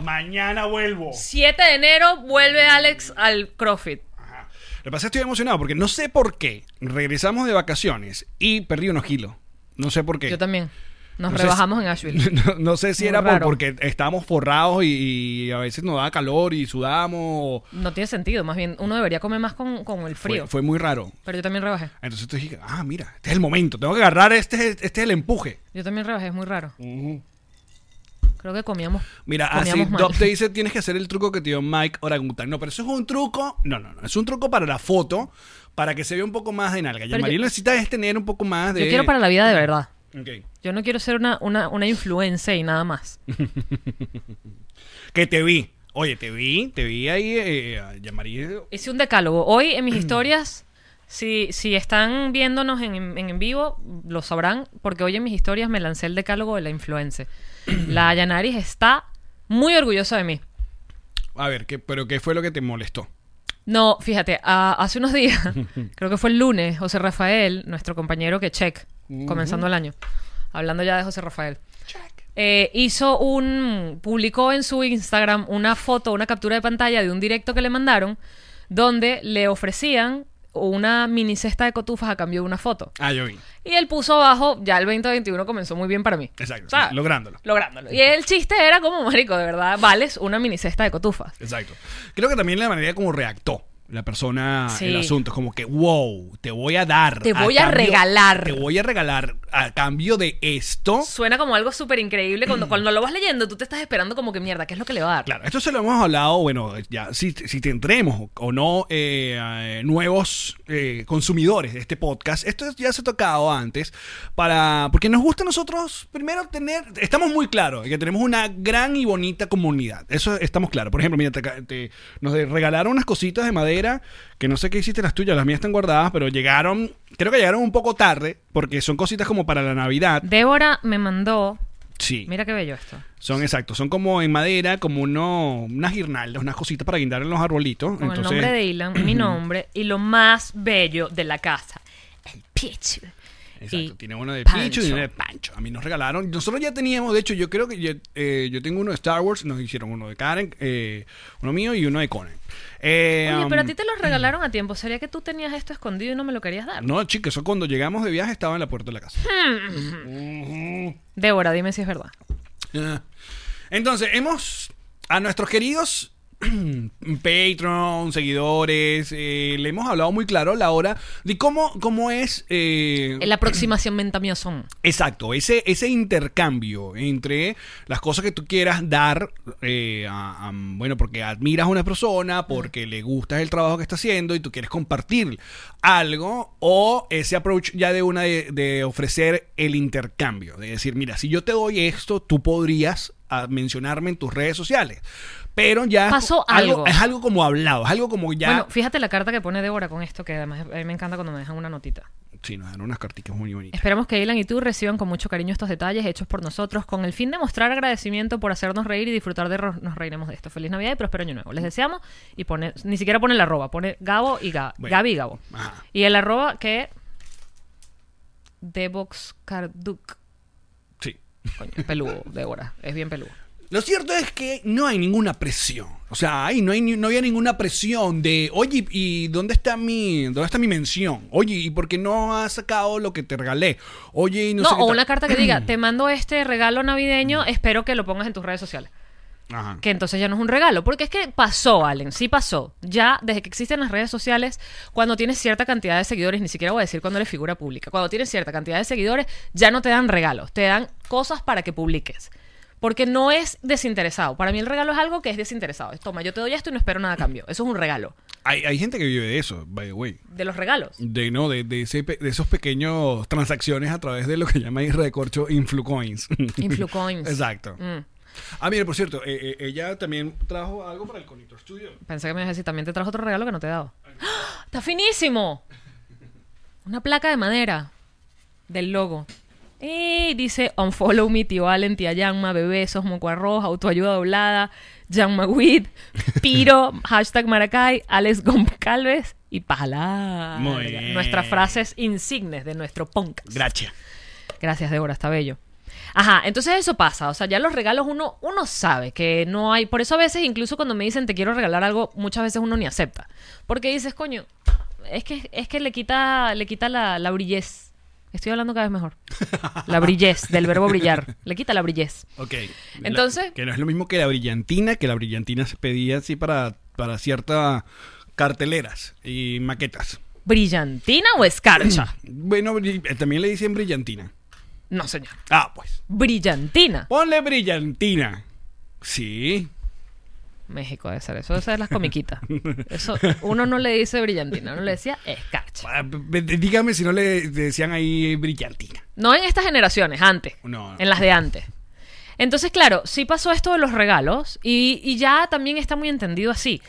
Speaker 2: mañana vuelvo.
Speaker 3: 7 de enero vuelve Alex al CrossFit.
Speaker 2: Ajá. Lo que pasa es que estoy emocionado porque no sé por qué regresamos de vacaciones y perdí unos kilos. No sé por qué.
Speaker 3: Yo también. Nos
Speaker 2: No sé
Speaker 3: rebajamos
Speaker 2: si-
Speaker 3: en Asheville.
Speaker 2: No, no sé si
Speaker 3: Muy
Speaker 2: era por-
Speaker 3: raro.
Speaker 2: porque estábamos forrados y, y a veces nos daba calor y sudamos.
Speaker 3: No tiene sentido, más bien uno debería comer más con, con el frío.
Speaker 2: Fue, fue muy raro.
Speaker 3: Pero yo también rebajé.
Speaker 2: Entonces tú dije, ah, mira, este es el momento, tengo que agarrar, este, es- este es el empuje.
Speaker 3: Yo también rebajé, es muy raro. Creo que comíamos.
Speaker 2: Mira, ah, así
Speaker 3: comíamos mal.
Speaker 2: Doc te dice, tienes que hacer el truco que te dio Mike Orangután. No, pero eso es un truco, no, no, no, es un truco para la foto, para que se vea un poco más de nalga. Y
Speaker 3: Pero
Speaker 2: María
Speaker 3: yo-
Speaker 2: necesita es tener un poco más de...
Speaker 3: Yo quiero para la vida de verdad.
Speaker 2: Ok.
Speaker 3: Yo no quiero ser una, una, una influencer y nada más.
Speaker 2: Que te vi. Oye, te vi, te vi ahí, eh, a Yamari.
Speaker 3: Hice un decálogo. Hoy en
Speaker 2: Mm.
Speaker 3: mis historias, si, si están viéndonos en, en, en vivo, lo sabrán, porque hoy en mis historias me lancé el decálogo de la influencer. la Yanaris está muy orgullosa de mí.
Speaker 2: A ver, ¿qué, pero ¿qué fue lo que te molestó?
Speaker 3: No, fíjate, a- hace unos días, creo que fue el lunes, José Rafael, nuestro compañero que check, comenzando el año, hablando ya de José Rafael, eh, hizo un, publicó en su Instagram una foto, una captura de pantalla de un directo que le mandaron, donde le ofrecían una mini cesta de cotufas a cambio de una foto.
Speaker 2: Ah, yo vi.
Speaker 3: Y él puso abajo, ya el 2021 comenzó muy bien para mí.
Speaker 2: Exacto,
Speaker 3: ¿Sabes?
Speaker 2: lográndolo.
Speaker 3: Lográndolo. Y el chiste era como, marico, de verdad, vales una mini cesta de cotufas.
Speaker 2: Exacto. Creo que también la manera como reactó la persona
Speaker 3: Sí.
Speaker 2: el asunto es como que wow te voy a dar
Speaker 3: Te voy a regalar.
Speaker 2: te voy a regalar a cambio de esto
Speaker 3: suena como algo súper increíble. Cuando, cuando lo vas leyendo, tú te estás esperando como que mierda, ¿qué es lo que le va a dar?
Speaker 2: claro esto se lo hemos hablado bueno ya si, si tendremos o no eh, eh, nuevos eh, consumidores de este podcast esto ya se ha tocado antes para porque nos gusta a nosotros primero tener estamos muy claros de que tenemos una gran y bonita comunidad eso estamos claros por ejemplo mira te, ca- te- nos de- regalaron unas cositas de madera que no sé qué hiciste las tuyas las mías están guardadas pero llegaron creo que llegaron un poco tarde porque son cositas como para la navidad
Speaker 3: Débora me mandó.
Speaker 2: sí
Speaker 3: Mira qué bello esto.
Speaker 2: son exactos, son como en madera, como uno, unas guirnaldas, unas cositas para guindar en los arbolitos.
Speaker 3: Con el
Speaker 2: Entonces,
Speaker 3: nombre de Ilan, mi nombre y lo más bello de la casa, el Pichu.
Speaker 2: Exacto,
Speaker 3: y
Speaker 2: tiene uno de
Speaker 3: Pancho.
Speaker 2: Pichu y uno de Pancho. A mí nos regalaron, nosotros ya teníamos, de hecho, yo creo que yo, eh, yo tengo uno de Star Wars, nos hicieron uno de Karen, eh, uno mío y uno de Conan. Eh,
Speaker 3: Oye, pero a
Speaker 2: um,
Speaker 3: ti te los regalaron a tiempo. ¿Sería que tú tenías esto escondido y no me lo querías dar?
Speaker 2: um, No, chicos, eso cuando llegamos de viaje estaba en la puerta de la casa.
Speaker 3: Débora, dime si es verdad.
Speaker 2: Ah. Entonces, hemos a nuestros queridos Patreon, seguidores, eh, le hemos hablado muy claro a la hora de cómo, cómo es... eh,
Speaker 3: La aproximación mentamia son.
Speaker 2: Exacto, ese, ese intercambio entre las cosas que tú quieras dar, eh, a- a- bueno, porque admiras a una
Speaker 3: Mm.
Speaker 2: persona, porque le gusta el trabajo que está haciendo y tú quieres compartir algo, o ese approach ya de una de, de ofrecer el intercambio, de decir, mira, si yo te doy esto, tú podrías ah, mencionarme en tus redes sociales. Pero ya es
Speaker 3: Pasó
Speaker 2: co-
Speaker 3: algo.
Speaker 2: Es algo como hablado, es algo como ya...
Speaker 3: Bueno, fíjate la carta que pone Débora con esto, que además a mí me encanta cuando me dejan una notita.
Speaker 2: Sí, nos dan unas carticas muy bonitas.
Speaker 3: Esperamos que Ilan y tú reciban con mucho cariño estos detalles hechos por nosotros con el fin de mostrar agradecimiento por hacernos reír y disfrutar de ro- nos reiremos de esto. Feliz Navidad y próspero año nuevo. Les deseamos y pone ni siquiera pone el arroba, pone Gabo y Ga-
Speaker 2: Bueno.
Speaker 3: Gaby y Gabo.
Speaker 2: Ajá.
Speaker 3: Y el arroba que Debox Karduk.
Speaker 2: Sí.
Speaker 3: Coño, es peludo, Débora, es bien peludo.
Speaker 2: Lo cierto es que no hay ninguna presión. O sea, ahí no, hay, ni- no había ninguna presión de, oye, ¿y dónde está mi, dónde está mi mención? Oye, ¿y por qué no has sacado lo que te regalé? Oye, y no,
Speaker 3: No,
Speaker 2: sé qué
Speaker 3: o
Speaker 2: tal".
Speaker 3: una carta que diga, te mando este regalo navideño, espero que lo pongas en tus redes sociales.
Speaker 2: Ajá.
Speaker 3: que entonces ya no es un regalo, porque es que pasó, Allen, sí pasó. Ya desde que existen las redes sociales, cuando tienes cierta cantidad de seguidores, ni siquiera voy a decir cuando eres figura pública, cuando tienes cierta cantidad de seguidores, ya no te dan regalos, te dan cosas para que publiques. Porque no es desinteresado. Para mí el regalo es algo que es desinteresado. Es, toma, yo te doy esto y no espero nada a cambio. Eso es un regalo.
Speaker 2: Hay, hay gente que vive de eso, by the way.
Speaker 3: De los regalos.
Speaker 2: De, no, de, de, ese pe- de esos pequeños transacciones a través de lo que llamáis recorcho influcoins.
Speaker 3: Influcoins.
Speaker 2: Exacto.
Speaker 3: Mm.
Speaker 2: Ah, mira, por cierto, eh, eh, ella también trajo algo para el Connector Studio.
Speaker 3: Pensé que me ibas a decir, también te trajo otro regalo que no te he dado. ¡Ah! ¡Está finísimo! Una placa de madera del logo. Y dice, unfollow me, tío Allen, tía Yanma, bebesos, moco arroz, autoayuda doblada, Yanma Weed, Piro, hashtag Maracay, Alex Goncalves y Pala.
Speaker 2: Muy bien.
Speaker 3: Nuestras frases insignes de nuestro podcast.
Speaker 2: Gracias.
Speaker 3: Gracias, Débora, está bello. Ajá, entonces eso pasa, o sea, ya los regalos uno, uno sabe que no hay, por eso a veces incluso cuando me dicen te quiero regalar algo, muchas veces uno ni acepta, porque dices, coño, es que, es que le quita, le quita la, la brillez, estoy hablando cada vez mejor, la brillez, del verbo brillar, le quita la brillez.
Speaker 2: Ok.
Speaker 3: Entonces-
Speaker 2: La- que no es lo mismo que la brillantina, que la brillantina se pedía así para, para ciertas carteleras y maquetas.
Speaker 3: ¿Brillantina o escarcha?
Speaker 2: Bueno, bri- eh, también le dicen brillantina.
Speaker 3: No, señor.
Speaker 2: Ah, pues.
Speaker 3: Brillantina.
Speaker 2: Ponle brillantina. Sí.
Speaker 3: México debe ser eso, esa es las comiquitas. Eso, uno no le dice brillantina, uno le decía escarcha.
Speaker 2: Ah, b- b- Dígame si no le decían ahí brillantina.
Speaker 3: No en estas generaciones, antes.
Speaker 2: No.
Speaker 3: En las de antes. Entonces, claro, sí pasó esto de los regalos y, y ya también está muy entendido así.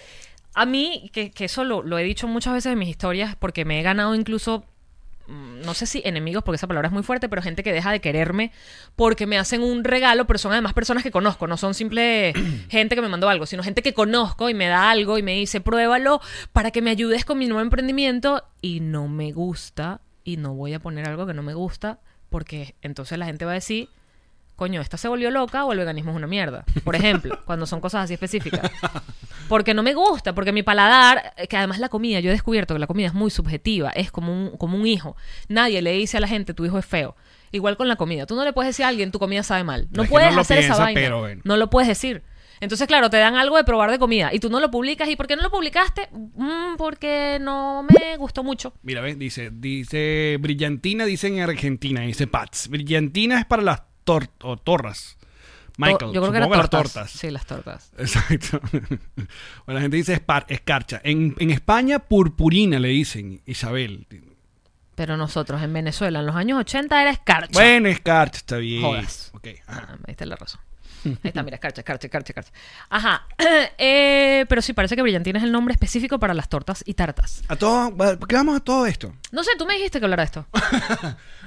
Speaker 3: A mí, que, que eso lo, lo he dicho muchas veces en mis historias, porque me he ganado incluso, mm, no sé si enemigos, porque esa palabra es muy fuerte, pero gente que deja de quererme porque me hacen un regalo, pero son además personas que conozco, no son simple gente que me mandó algo, sino gente que conozco y me da algo y me dice, pruébalo para que me ayudes con mi nuevo emprendimiento y no me gusta y no voy a poner algo que no me gusta porque entonces la gente va a decir, coño, esta se volvió loca o el veganismo es una mierda. Por ejemplo, cuando son cosas así específicas. Porque no me gusta, porque mi paladar, eh, que además la comida, yo he descubierto que la comida es muy subjetiva, es como un, como un hijo. Nadie le dice a la gente, tu hijo es feo. Igual con la comida. Tú no le puedes decir a alguien, tu comida sabe mal.
Speaker 2: Pero
Speaker 3: No
Speaker 2: es que
Speaker 3: puedes
Speaker 2: no lo
Speaker 3: hacer esa
Speaker 2: piensa,
Speaker 3: vaina.
Speaker 2: pero bueno.
Speaker 3: No lo puedes decir. Entonces, claro, te dan algo de probar de comida y tú no lo publicas. ¿Y por qué no lo publicaste? Mm, porque no me gustó mucho.
Speaker 2: Mira, ves, dice, dice brillantina, dice en Argentina, dice Pats. Brillantina es para las tor- o torras. Michael,
Speaker 3: To- yo creo que
Speaker 2: supongo
Speaker 3: eran
Speaker 2: las
Speaker 3: tortas.
Speaker 2: tortas.
Speaker 3: Sí, las tortas.
Speaker 2: Exacto. Bueno, la gente dice espar- escarcha. En, en España, purpurina le dicen, Isabel.
Speaker 3: Pero nosotros en Venezuela, en los años 80, era escarcha.
Speaker 2: Bueno, escarcha, está bien.
Speaker 3: Jodas.
Speaker 2: Ok, ajá.
Speaker 3: Ah, ahí está la razón. Ahí está, mira, escarcha, escarcha, escarcha, escarcha. Ajá. Eh, pero sí, parece que brillantina es el nombre específico para las tortas y tartas.
Speaker 2: A todo, va- ¿Por qué vamos a todo esto?
Speaker 3: No sé, tú me dijiste que hablara de esto.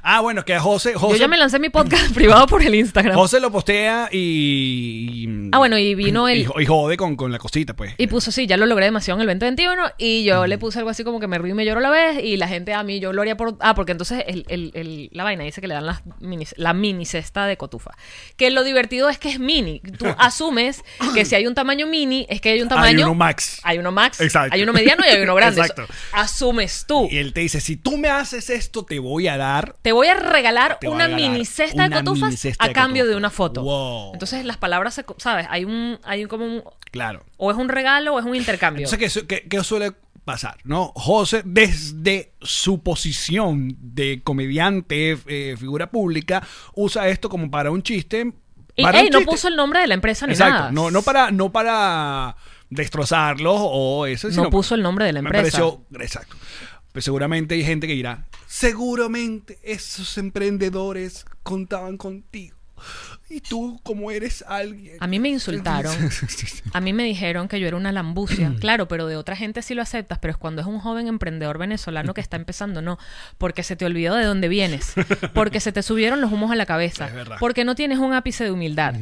Speaker 2: Ah, bueno, que a José. José,
Speaker 3: Yo ya me lancé mi podcast privado por el Instagram.
Speaker 2: José lo postea y. y-
Speaker 3: Ah, bueno, y vino
Speaker 2: y
Speaker 3: el...
Speaker 2: jo- Y, jode con, con la cosita, pues.
Speaker 3: Y puso, sí, ya lo logré demasiado en el 2021 y yo
Speaker 2: Mm.
Speaker 3: le puse algo así como que me río y me lloro a la vez y la gente a mí, yo lo haría por... Ah, porque entonces el- el- el- la vaina dice que le dan las mini- la mini cesta de cotufa. Que lo divertido es que es mini. Tú asumes que si hay un tamaño mini es que hay un tamaño...
Speaker 2: Hay uno max.
Speaker 3: Hay uno max,
Speaker 2: Exacto.
Speaker 3: hay uno mediano y hay uno grande. Eso
Speaker 2: Exacto.
Speaker 3: asumes tú.
Speaker 2: Y él te dice: si tú me haces esto, te voy a dar.
Speaker 3: Te voy a regalar
Speaker 2: Te voy
Speaker 3: una
Speaker 2: a regalar
Speaker 3: mini cesta
Speaker 2: una
Speaker 3: de
Speaker 2: mini
Speaker 3: cotufas
Speaker 2: cesta
Speaker 3: a
Speaker 2: de
Speaker 3: cambio de
Speaker 2: cotufas.
Speaker 3: una foto.
Speaker 2: Wow.
Speaker 3: Entonces las palabras, se co- ¿sabes? Hay un, hay un como un,
Speaker 2: Claro.
Speaker 3: o es un regalo o es un intercambio.
Speaker 2: Entonces, ¿qué, su- qué- qué suele pasar? ¿No? José, desde su posición de comediante, eh, figura pública, usa esto como para un chiste.
Speaker 3: y
Speaker 2: para
Speaker 3: ey,
Speaker 2: un
Speaker 3: no
Speaker 2: chiste.
Speaker 3: puso el nombre de la empresa ni
Speaker 2: Exacto.
Speaker 3: nada.
Speaker 2: No, no para, no para destrozarlos o eso.
Speaker 3: No
Speaker 2: sino-
Speaker 3: puso el nombre de la
Speaker 2: me
Speaker 3: empresa.
Speaker 2: pareció- exacto. Pues seguramente hay gente que dirá, seguramente esos emprendedores contaban contigo. Y tú, como eres alguien.
Speaker 3: A mí me insultaron. A mí me dijeron que yo era una lambucia.
Speaker 2: Mm.
Speaker 3: Claro, pero de otra gente sí lo aceptas, pero es cuando es un joven emprendedor venezolano que está empezando, no. Porque se te olvidó de dónde vienes. Porque se te subieron los humos a la cabeza.
Speaker 2: Es verdad.
Speaker 3: Porque no tienes un ápice de humildad.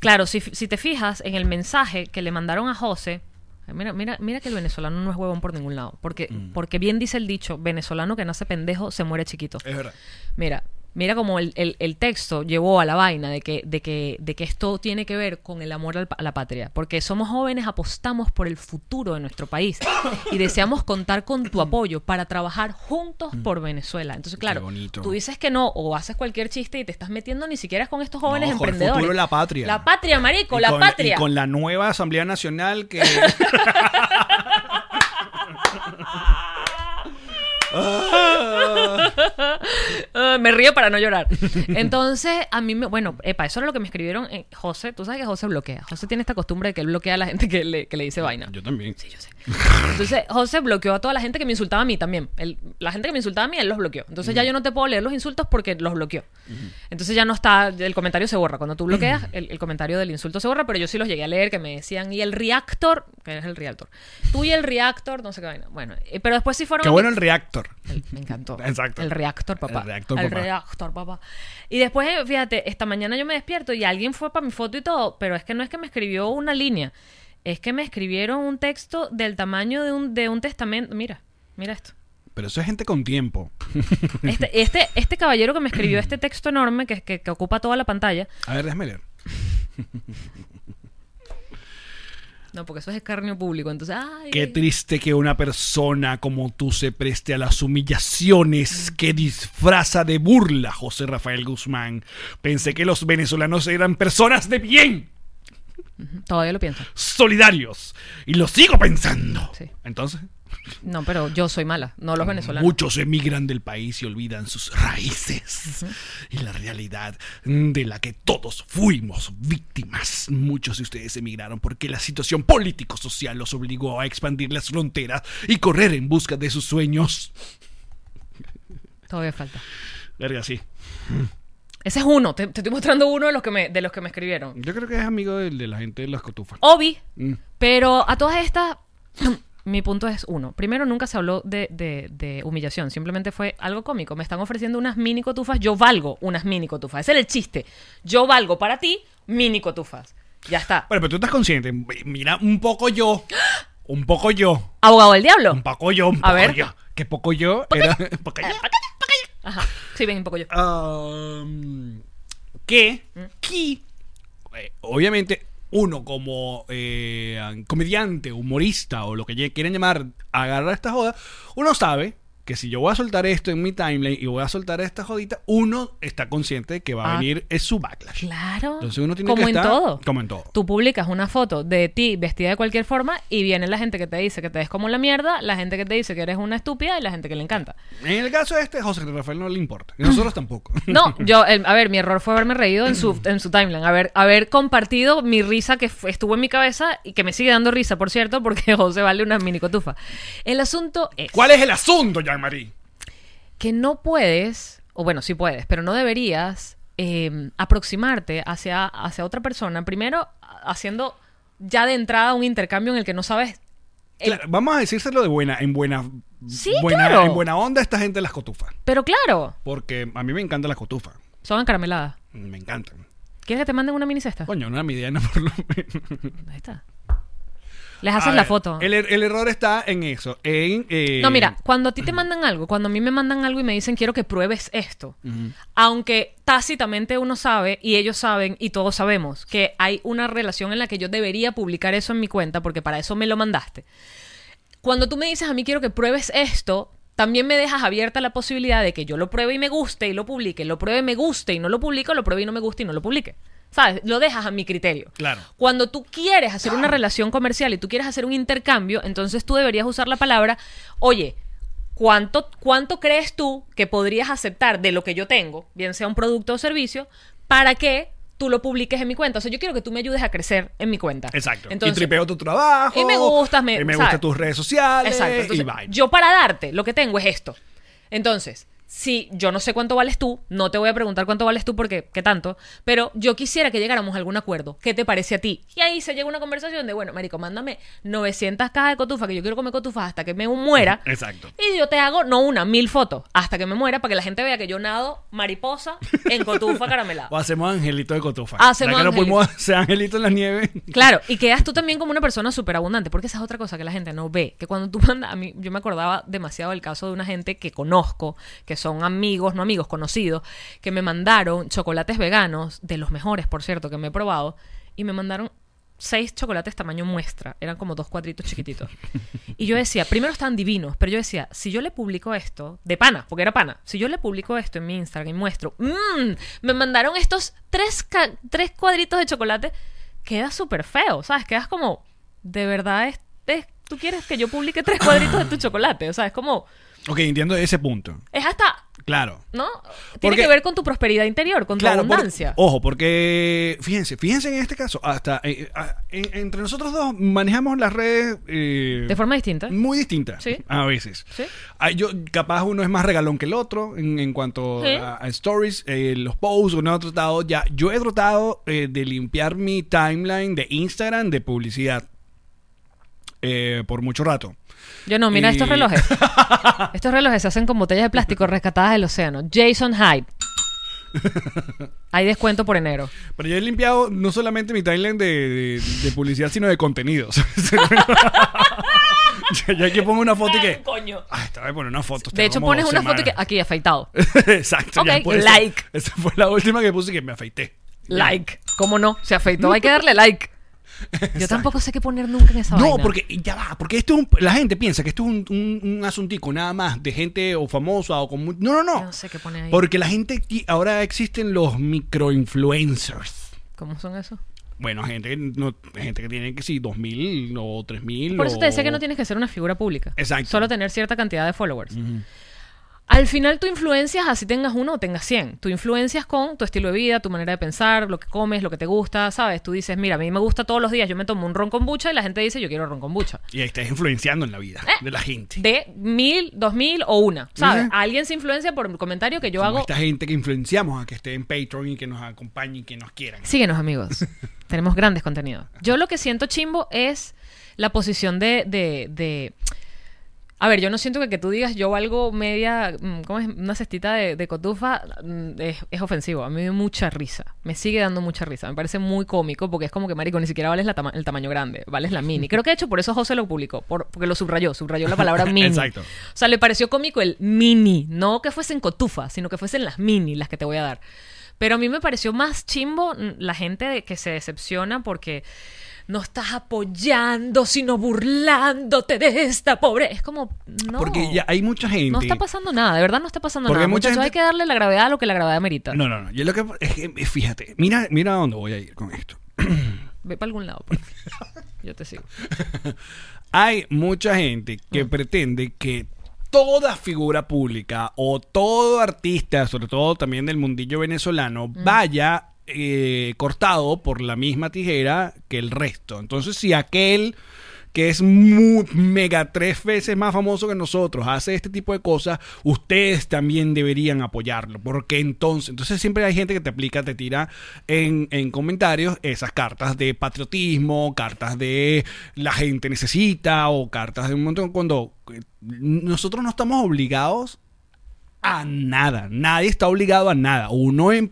Speaker 3: Claro, si, si te fijas en el mensaje que le mandaron a José. eh, Mira, mira, mira que el venezolano no es huevón por ningún lado. Porque,
Speaker 2: Mm.
Speaker 3: porque bien dice el dicho, venezolano que nace pendejo se muere chiquito.
Speaker 2: Es verdad.
Speaker 3: Mira, mira como el, el- el texto llevó a la vaina de que, de, que, de que esto tiene que ver con el amor al pa- a la patria. Porque somos jóvenes, apostamos por el futuro de nuestro país y deseamos contar con tu apoyo para trabajar juntos por Venezuela. Entonces, claro,
Speaker 2: Mm. bonito.
Speaker 3: tú dices que no o haces cualquier chiste y te estás metiendo ni siquiera es con estos jóvenes
Speaker 2: No, con el
Speaker 3: emprendedores.
Speaker 2: futuro de la patria.
Speaker 3: La patria, marico,
Speaker 2: Y
Speaker 3: la
Speaker 2: con-
Speaker 3: patria.
Speaker 2: Y con la nueva Asamblea Nacional que. Ah.
Speaker 3: Ah, me río para no llorar. Entonces, a mí me. Bueno, epa, eso era lo que me escribieron. eh, José, tú sabes que José bloquea. José tiene esta costumbre de que él bloquea a la gente que le, que le dice vaina.
Speaker 2: Yo también.
Speaker 3: Sí, yo sé. Entonces, José bloqueó a toda la gente que me insultaba a mí también. Él- la gente que me insultaba a mí, él los bloqueó. Entonces, ya yo no te puedo leer los insultos porque los bloqueó. Entonces, ya no está. El comentario se borra. Cuando tú bloqueas, el, el comentario del insulto se borra, pero yo sí los llegué a leer que me decían, y el reactor, que es el reactor. Tú y el reactor, no sé qué vaina. Bueno, eh, pero después sí fueron.
Speaker 2: Qué bueno el reactor.
Speaker 3: El- me encantó.
Speaker 2: Exacto.
Speaker 3: El reactor, papá.
Speaker 2: El reactor, papá.
Speaker 3: reactor, papá. Y después, eh, fíjate, esta mañana yo me despierto y alguien fue para mi foto y todo, pero es que no es que me escribió una línea, es que me escribieron un texto del tamaño de un, de un testamento. Mira, mira esto.
Speaker 2: Pero eso es gente con tiempo.
Speaker 3: Este, este, este caballero que me escribió este texto enorme que, que, que ocupa toda la pantalla.
Speaker 2: A ver, déjame leer.
Speaker 3: No, porque eso es escarnio público. Entonces, ay,
Speaker 2: Qué triste que una persona como tú se preste a las humillaciones
Speaker 3: Mm.
Speaker 2: que disfraza de burla José Rafael Guzmán. Pensé que los venezolanos eran personas de bien,
Speaker 3: todavía lo pienso.
Speaker 2: solidarios, y lo sigo pensando.
Speaker 3: Sí.
Speaker 2: Entonces,
Speaker 3: No, pero yo soy mala, no los venezolanos.
Speaker 2: muchos emigran del país y olvidan sus raíces y la realidad de la que todos fuimos víctimas. Muchos de ustedes emigraron porque la situación político-social los obligó a expandir las fronteras y correr en busca de sus sueños.
Speaker 3: Todavía falta.
Speaker 2: Verga, sí.
Speaker 3: Ese es uno. Te, te estoy mostrando uno de los que me, de los que me escribieron.
Speaker 2: Yo creo que es amigo del- de, la gente de las cotufas.
Speaker 3: Obi,
Speaker 2: Mm.
Speaker 3: pero a todas estas, mi punto es uno. Primero, nunca se habló de, de- de humillación, simplemente fue algo cómico. Me están ofreciendo unas mini cotufas, yo valgo unas mini cotufas. Ese era el chiste. Yo valgo para ti mini cotufas. Ya está.
Speaker 2: Bueno, pero tú estás consciente. Mira, un poco yo. Un poco yo.
Speaker 3: Abogado del diablo.
Speaker 2: Un poco yo. Un
Speaker 3: A
Speaker 2: poco
Speaker 3: ver.
Speaker 2: yo. Que poco yo era. poco yo.
Speaker 3: Ajá. Sí, ven un poco yo.
Speaker 2: Um, que,
Speaker 3: Mm.
Speaker 2: que, eh, obviamente, uno como eh, comediante, humorista o lo que lle- quieran llamar, agarra esta joda, uno sabe que si yo voy a soltar esto en mi timeline y voy a soltar esta jodita, uno está consciente de que va a
Speaker 3: Ah.
Speaker 2: venir es su backlash.
Speaker 3: Claro.
Speaker 2: Entonces uno tiene
Speaker 3: como
Speaker 2: que
Speaker 3: en
Speaker 2: estar-
Speaker 3: todo.
Speaker 2: como en todo.
Speaker 3: Tú publicas una foto de ti vestida de cualquier forma y viene la gente que te dice que te ves como la mierda, la gente que te dice que eres una estúpida y la gente que le encanta.
Speaker 2: En el caso este, José Rafael no le importa. Y nosotros tampoco.
Speaker 3: No, yo, el- a ver, mi error fue haberme reído en su, en su timeline, haber, haber compartido mi risa que fu- estuvo en mi cabeza y que me sigue dando risa, por cierto, porque José vale una mini cotufa. El asunto es
Speaker 2: ¿Cuál es el asunto, Jean-Marie?
Speaker 3: que no puedes, o bueno, sí puedes, pero no deberías eh, aproximarte hacia, hacia otra persona, primero a- haciendo ya de entrada un intercambio en el que no sabes... el-
Speaker 2: Claro, vamos a decírselo de buena, en buena,
Speaker 3: Sí,
Speaker 2: buena,
Speaker 3: claro.
Speaker 2: en buena onda esta gente de las cotufas.
Speaker 3: Pero claro,
Speaker 2: Porque a mí me encantan las cotufas.
Speaker 3: son encarameladas.
Speaker 2: Me encantan.
Speaker 3: ¿Quieres que te manden una mini cesta?
Speaker 2: Ah. Coño, una mediana por lo menos.
Speaker 3: Ahí está. Les haces
Speaker 2: A
Speaker 3: la
Speaker 2: ver,
Speaker 3: foto.
Speaker 2: El, er- el error está en eso. En, eh,
Speaker 3: No, mira, cuando a ti te mandan algo, cuando a mí me mandan algo y me dicen quiero que pruebes esto, aunque tácitamente uno sabe y ellos saben y todos sabemos que hay una relación en la que yo debería publicar eso en mi cuenta porque para eso me lo mandaste. Cuando tú me dices a mí quiero que pruebes esto, también me dejas abierta la posibilidad de que yo lo pruebe y me guste y lo publique, lo pruebe y me guste y no lo publico, lo pruebe y no me guste y no lo publique. ¿Sabes? Lo dejas a mi criterio.
Speaker 2: Claro.
Speaker 3: Cuando tú quieres hacer una relación comercial y tú quieres hacer un intercambio, entonces tú deberías usar la palabra, oye, ¿cuánto, cuánto crees tú que podrías aceptar de lo que yo tengo, bien sea un producto o servicio, para que tú lo publiques en mi cuenta? O sea, yo quiero que tú me ayudes a crecer en mi cuenta.
Speaker 2: Exacto. y
Speaker 3: Entonces,
Speaker 2: tripeo tu trabajo.
Speaker 3: y me gustas, me-
Speaker 2: y me
Speaker 3: ¿sabes?
Speaker 2: gustan tus redes sociales.
Speaker 3: Exacto.
Speaker 2: y
Speaker 3: Entonces,
Speaker 2: vaina.
Speaker 3: yo para darte lo que tengo es esto. Entonces, si yo no sé cuánto vales tú, no te voy a preguntar cuánto vales tú porque qué tanto, pero yo quisiera que llegáramos a algún acuerdo. ¿Qué te parece a ti? Y ahí se llega a una conversación de, bueno, marico, mándame 900 cajas de cotufa que yo quiero comer cotufas hasta que me muera.
Speaker 2: Exacto.
Speaker 3: Y yo te hago, no una, mil fotos hasta que me muera para que la gente vea que yo nado mariposa en cotufa caramelada.
Speaker 2: O hacemos angelito de cotufa. Ya
Speaker 3: Hacemos
Speaker 2: que no
Speaker 3: angelito.
Speaker 2: pudimos hacer angelito en la nieve.
Speaker 3: Claro, y quedas tú también como una persona súper abundante, porque esa es otra cosa que la gente no ve. Que cuando tú mandas, a mí, yo me acordaba demasiado del caso de una gente que conozco, que son amigos, no amigos, conocidos, que me mandaron chocolates veganos, de los mejores, por cierto, que me he probado, y me mandaron seis chocolates tamaño muestra. Eran como dos cuadritos chiquititos. Y yo decía, primero están divinos, pero yo decía, si yo le publico esto, de pana, porque era pana, si yo le publico esto en mi Instagram y muestro, "Mm, me mandaron estos tres, ca- tres cuadritos de chocolate, queda súper feo, ¿sabes? Quedas como, de verdad, es, es- tú quieres que yo publique tres cuadritos de tu chocolate, o sea, es como,
Speaker 2: Ok, entiendo ese punto.
Speaker 3: es hasta,
Speaker 2: Claro.
Speaker 3: ¿no? Tiene
Speaker 2: Porque-
Speaker 3: que ver con tu prosperidad interior, con tu
Speaker 2: Claro, por-
Speaker 3: abundancia.
Speaker 2: ojo, porque fíjense, fíjense en este caso, hasta eh, a- en- entre nosotros dos manejamos las redes eh,
Speaker 3: de forma distinta.
Speaker 2: muy distintas
Speaker 3: Sí.
Speaker 2: a veces.
Speaker 3: Sí.
Speaker 2: Ah, yo, capaz uno es más regalón que el otro en, en cuanto
Speaker 3: Sí.
Speaker 2: a, a stories, eh, los posts, uno ha tratado ya. Yo he tratado eh, de limpiar mi timeline de Instagram de publicidad eh, por mucho rato.
Speaker 3: Yo no, mira
Speaker 2: Y-
Speaker 3: estos relojes. estos relojes se hacen con botellas de plástico rescatadas del océano. Jason Hyde. Hay descuento por enero.
Speaker 2: Pero yo he limpiado no solamente mi timeline de, de- de publicidad, sino de contenidos. ya, ya que pongo una foto y que.
Speaker 3: Coño.
Speaker 2: Ay, te voy a poner una foto. te
Speaker 3: De hecho,
Speaker 2: como
Speaker 3: pones
Speaker 2: dos
Speaker 3: una foto y que
Speaker 2: semanas. Eh,
Speaker 3: aquí afeitado.
Speaker 2: Exacto. ya
Speaker 3: Ok,
Speaker 2: puede ser.
Speaker 3: like.
Speaker 2: Esa fue la última que puse y que me afeité.
Speaker 3: Like. ¿Cómo no? Se afeitó. Hay que darle like. Yo tampoco sé qué poner nunca en esa
Speaker 2: No,
Speaker 3: vaina.
Speaker 2: porque ya va, porque esto es un- la gente piensa que esto es un, un- un asuntico nada más de gente o famosa o con... mu- No, no, no.
Speaker 3: Yo no sé qué pone ahí.
Speaker 2: Porque la gente qui- ahora existen los microinfluencers.
Speaker 3: ¿Cómo son eso?
Speaker 2: Bueno, gente que no, gente que tiene que sí, 2000 o 3000
Speaker 3: Por eso te decía que no
Speaker 2: tiene
Speaker 3: tienes que ser una figura pública.
Speaker 2: Exacto.
Speaker 3: Solo tener cierta cantidad de followers. Al final tú influencias, así tengas uno o tengas 100. Tú influencias con tu estilo de vida, tu manera de pensar, lo que comes, lo que te gusta, ¿sabes? Tú dices, mira, a mí me gusta todos los días, yo me tomo un ron con bucha y la gente dice, yo quiero ron con bucha.
Speaker 2: Y ahí estás influenciando en la vida
Speaker 3: Eh.
Speaker 2: de la gente.
Speaker 3: De mil, dos mil o una, ¿sabes?
Speaker 2: Ujú.
Speaker 3: Alguien se influencia por un comentario que yo
Speaker 2: Como
Speaker 3: hago.
Speaker 2: esta gente que influenciamos a que esté en Patreon y que nos acompañe y que nos quieran.
Speaker 3: Síguenos, amigos. Tenemos grandes contenidos. Yo lo que siento chimbo es la posición de, de, de- A ver, yo no siento que, que tú digas yo valgo media... mm, ¿Cómo es? Una cestita de, de cotufa mm, es, es ofensivo. A mí me dio mucha risa. Me sigue dando mucha risa. Me parece muy cómico porque es como que, marico, ni siquiera vales la tama- el tamaño grande. Vales la mini. Creo que de hecho por eso José lo publicó. por- porque lo subrayó. Subrayó la palabra mini.
Speaker 2: Exacto.
Speaker 3: O sea, le pareció cómico el mini, no que fuesen cotufas, sino que fuesen las mini las que te voy a dar. Pero a mí me pareció más chimbo mm, la gente de- que se decepciona porque no estás apoyando, sino burlándote de esta pobre. Es como, no.
Speaker 2: Porque ya hay mucha gente...
Speaker 3: no está pasando nada, de verdad no está pasando
Speaker 2: Porque
Speaker 3: nada.
Speaker 2: mucha
Speaker 3: Muchachos,
Speaker 2: gente-
Speaker 3: hay que darle la gravedad a lo que la gravedad merita.
Speaker 2: No, no, no. Yo lo que... es que, fíjate, mira, mira a dónde voy a ir con esto.
Speaker 3: Ve para algún lado, por favor. Yo te sigo.
Speaker 2: Hay mucha gente que pretende que toda figura pública o todo artista, sobre todo también del mundillo venezolano, vaya eh, cortado por la misma tijera que el resto. Entonces, si aquel que es mu- mega tres veces más famoso que nosotros, hace este tipo de cosas, ustedes también deberían apoyarlo, porque entonces, entonces siempre hay gente que te aplica, te tira en, en comentarios esas cartas de patriotismo, cartas de la gente necesita o cartas de un montón, cuando eh, nosotros no estamos obligados a nada. Nadie está obligado a nada. Uno em-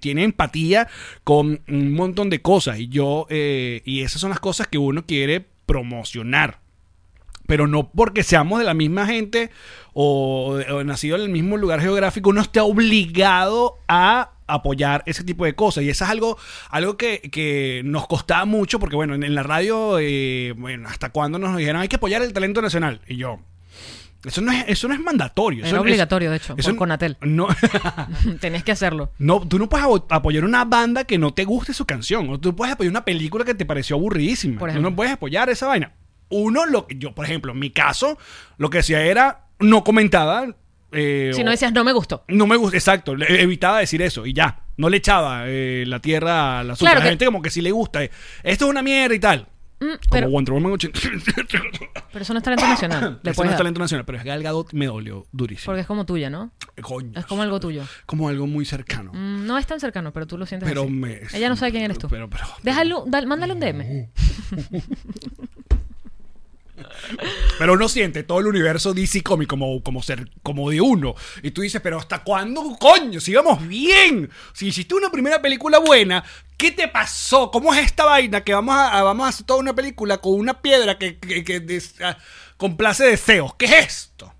Speaker 2: tiene empatía con un montón de cosas. Y yo, eh, y esas son las cosas que uno quiere promocionar. Pero no porque seamos de la misma gente o, o nacido en el mismo lugar geográfico, uno está obligado a apoyar ese tipo de cosas. Y eso es algo, algo que, que nos costaba mucho, porque bueno, en, en la radio, eh, bueno, hasta cuando nos dijeron hay que apoyar el talento nacional. Y yo, eso no es, eso no es mandatorio.
Speaker 3: Era
Speaker 2: eso-
Speaker 3: obligatorio,
Speaker 2: eso-
Speaker 3: de hecho,
Speaker 2: eso
Speaker 3: por Conatel.
Speaker 2: No,
Speaker 3: Tenés que hacerlo.
Speaker 2: no, tú no puedes abo- apoyar una banda que no te guste su canción. O tú puedes apoyar una película que te pareció aburridísima.
Speaker 3: Por
Speaker 2: Tú
Speaker 3: ejemplo.
Speaker 2: no puedes apoyar esa vaina. Uno, lo que yo, por ejemplo, en mi caso, lo que hacía era no comentaba. eh,
Speaker 3: Si
Speaker 2: o-
Speaker 3: no decías, no me gustó.
Speaker 2: No me gusta, exacto. le- evitaba decir eso y ya. No le echaba eh, la tierra a la
Speaker 3: Claro
Speaker 2: otra
Speaker 3: que-
Speaker 2: gente, como que si le gusta. eh, Esto es una mierda y tal.
Speaker 3: Mm,
Speaker 2: Como
Speaker 3: pero,
Speaker 2: Wonder Woman 80.
Speaker 3: pero eso no es talento nacional. Le
Speaker 2: Eso no
Speaker 3: puedes
Speaker 2: es
Speaker 3: dar,
Speaker 2: talento nacional, pero es Gal Gadot me dolió durísimo.
Speaker 3: Porque es como tuya, ¿no?
Speaker 2: Coño,
Speaker 3: Es como algo tuyo.
Speaker 2: como algo muy cercano.
Speaker 3: Mm, no es tan cercano, pero tú lo sientes
Speaker 2: Pero
Speaker 3: así.
Speaker 2: me.
Speaker 3: Ella no sabe quién eres tú.
Speaker 2: Pero, pero,
Speaker 3: Déjale un- dal- mándale un DM.
Speaker 2: pero uno siente todo el universo DC Comic como, como, ser, como de uno. Y tú dices, pero ¿hasta cuándo, coño? Si vamos bien. Si hiciste una primera película buena, ¿qué te pasó? ¿Cómo es esta vaina que vamos a, a- vamos a hacer toda una película con una piedra que, que, que des- ah, complace deseos? ¿Qué es esto?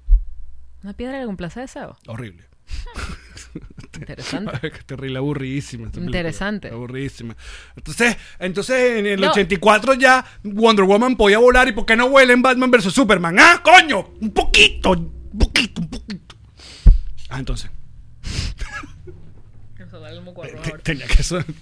Speaker 3: Una piedra que complace deseo.
Speaker 2: Horrible.
Speaker 3: Interesante.
Speaker 2: que terrible, aburridísima. esta película.
Speaker 3: Interesante.
Speaker 2: Aburridísima. Entonces, entonces en el
Speaker 3: No.
Speaker 2: 84 ya Wonder Woman podía volar y ¿por qué no vuela en Batman vs. Superman? ¡Ah, coño! Un poquito, un poquito, un poquito. Ah, entonces. te- tenía que soltar.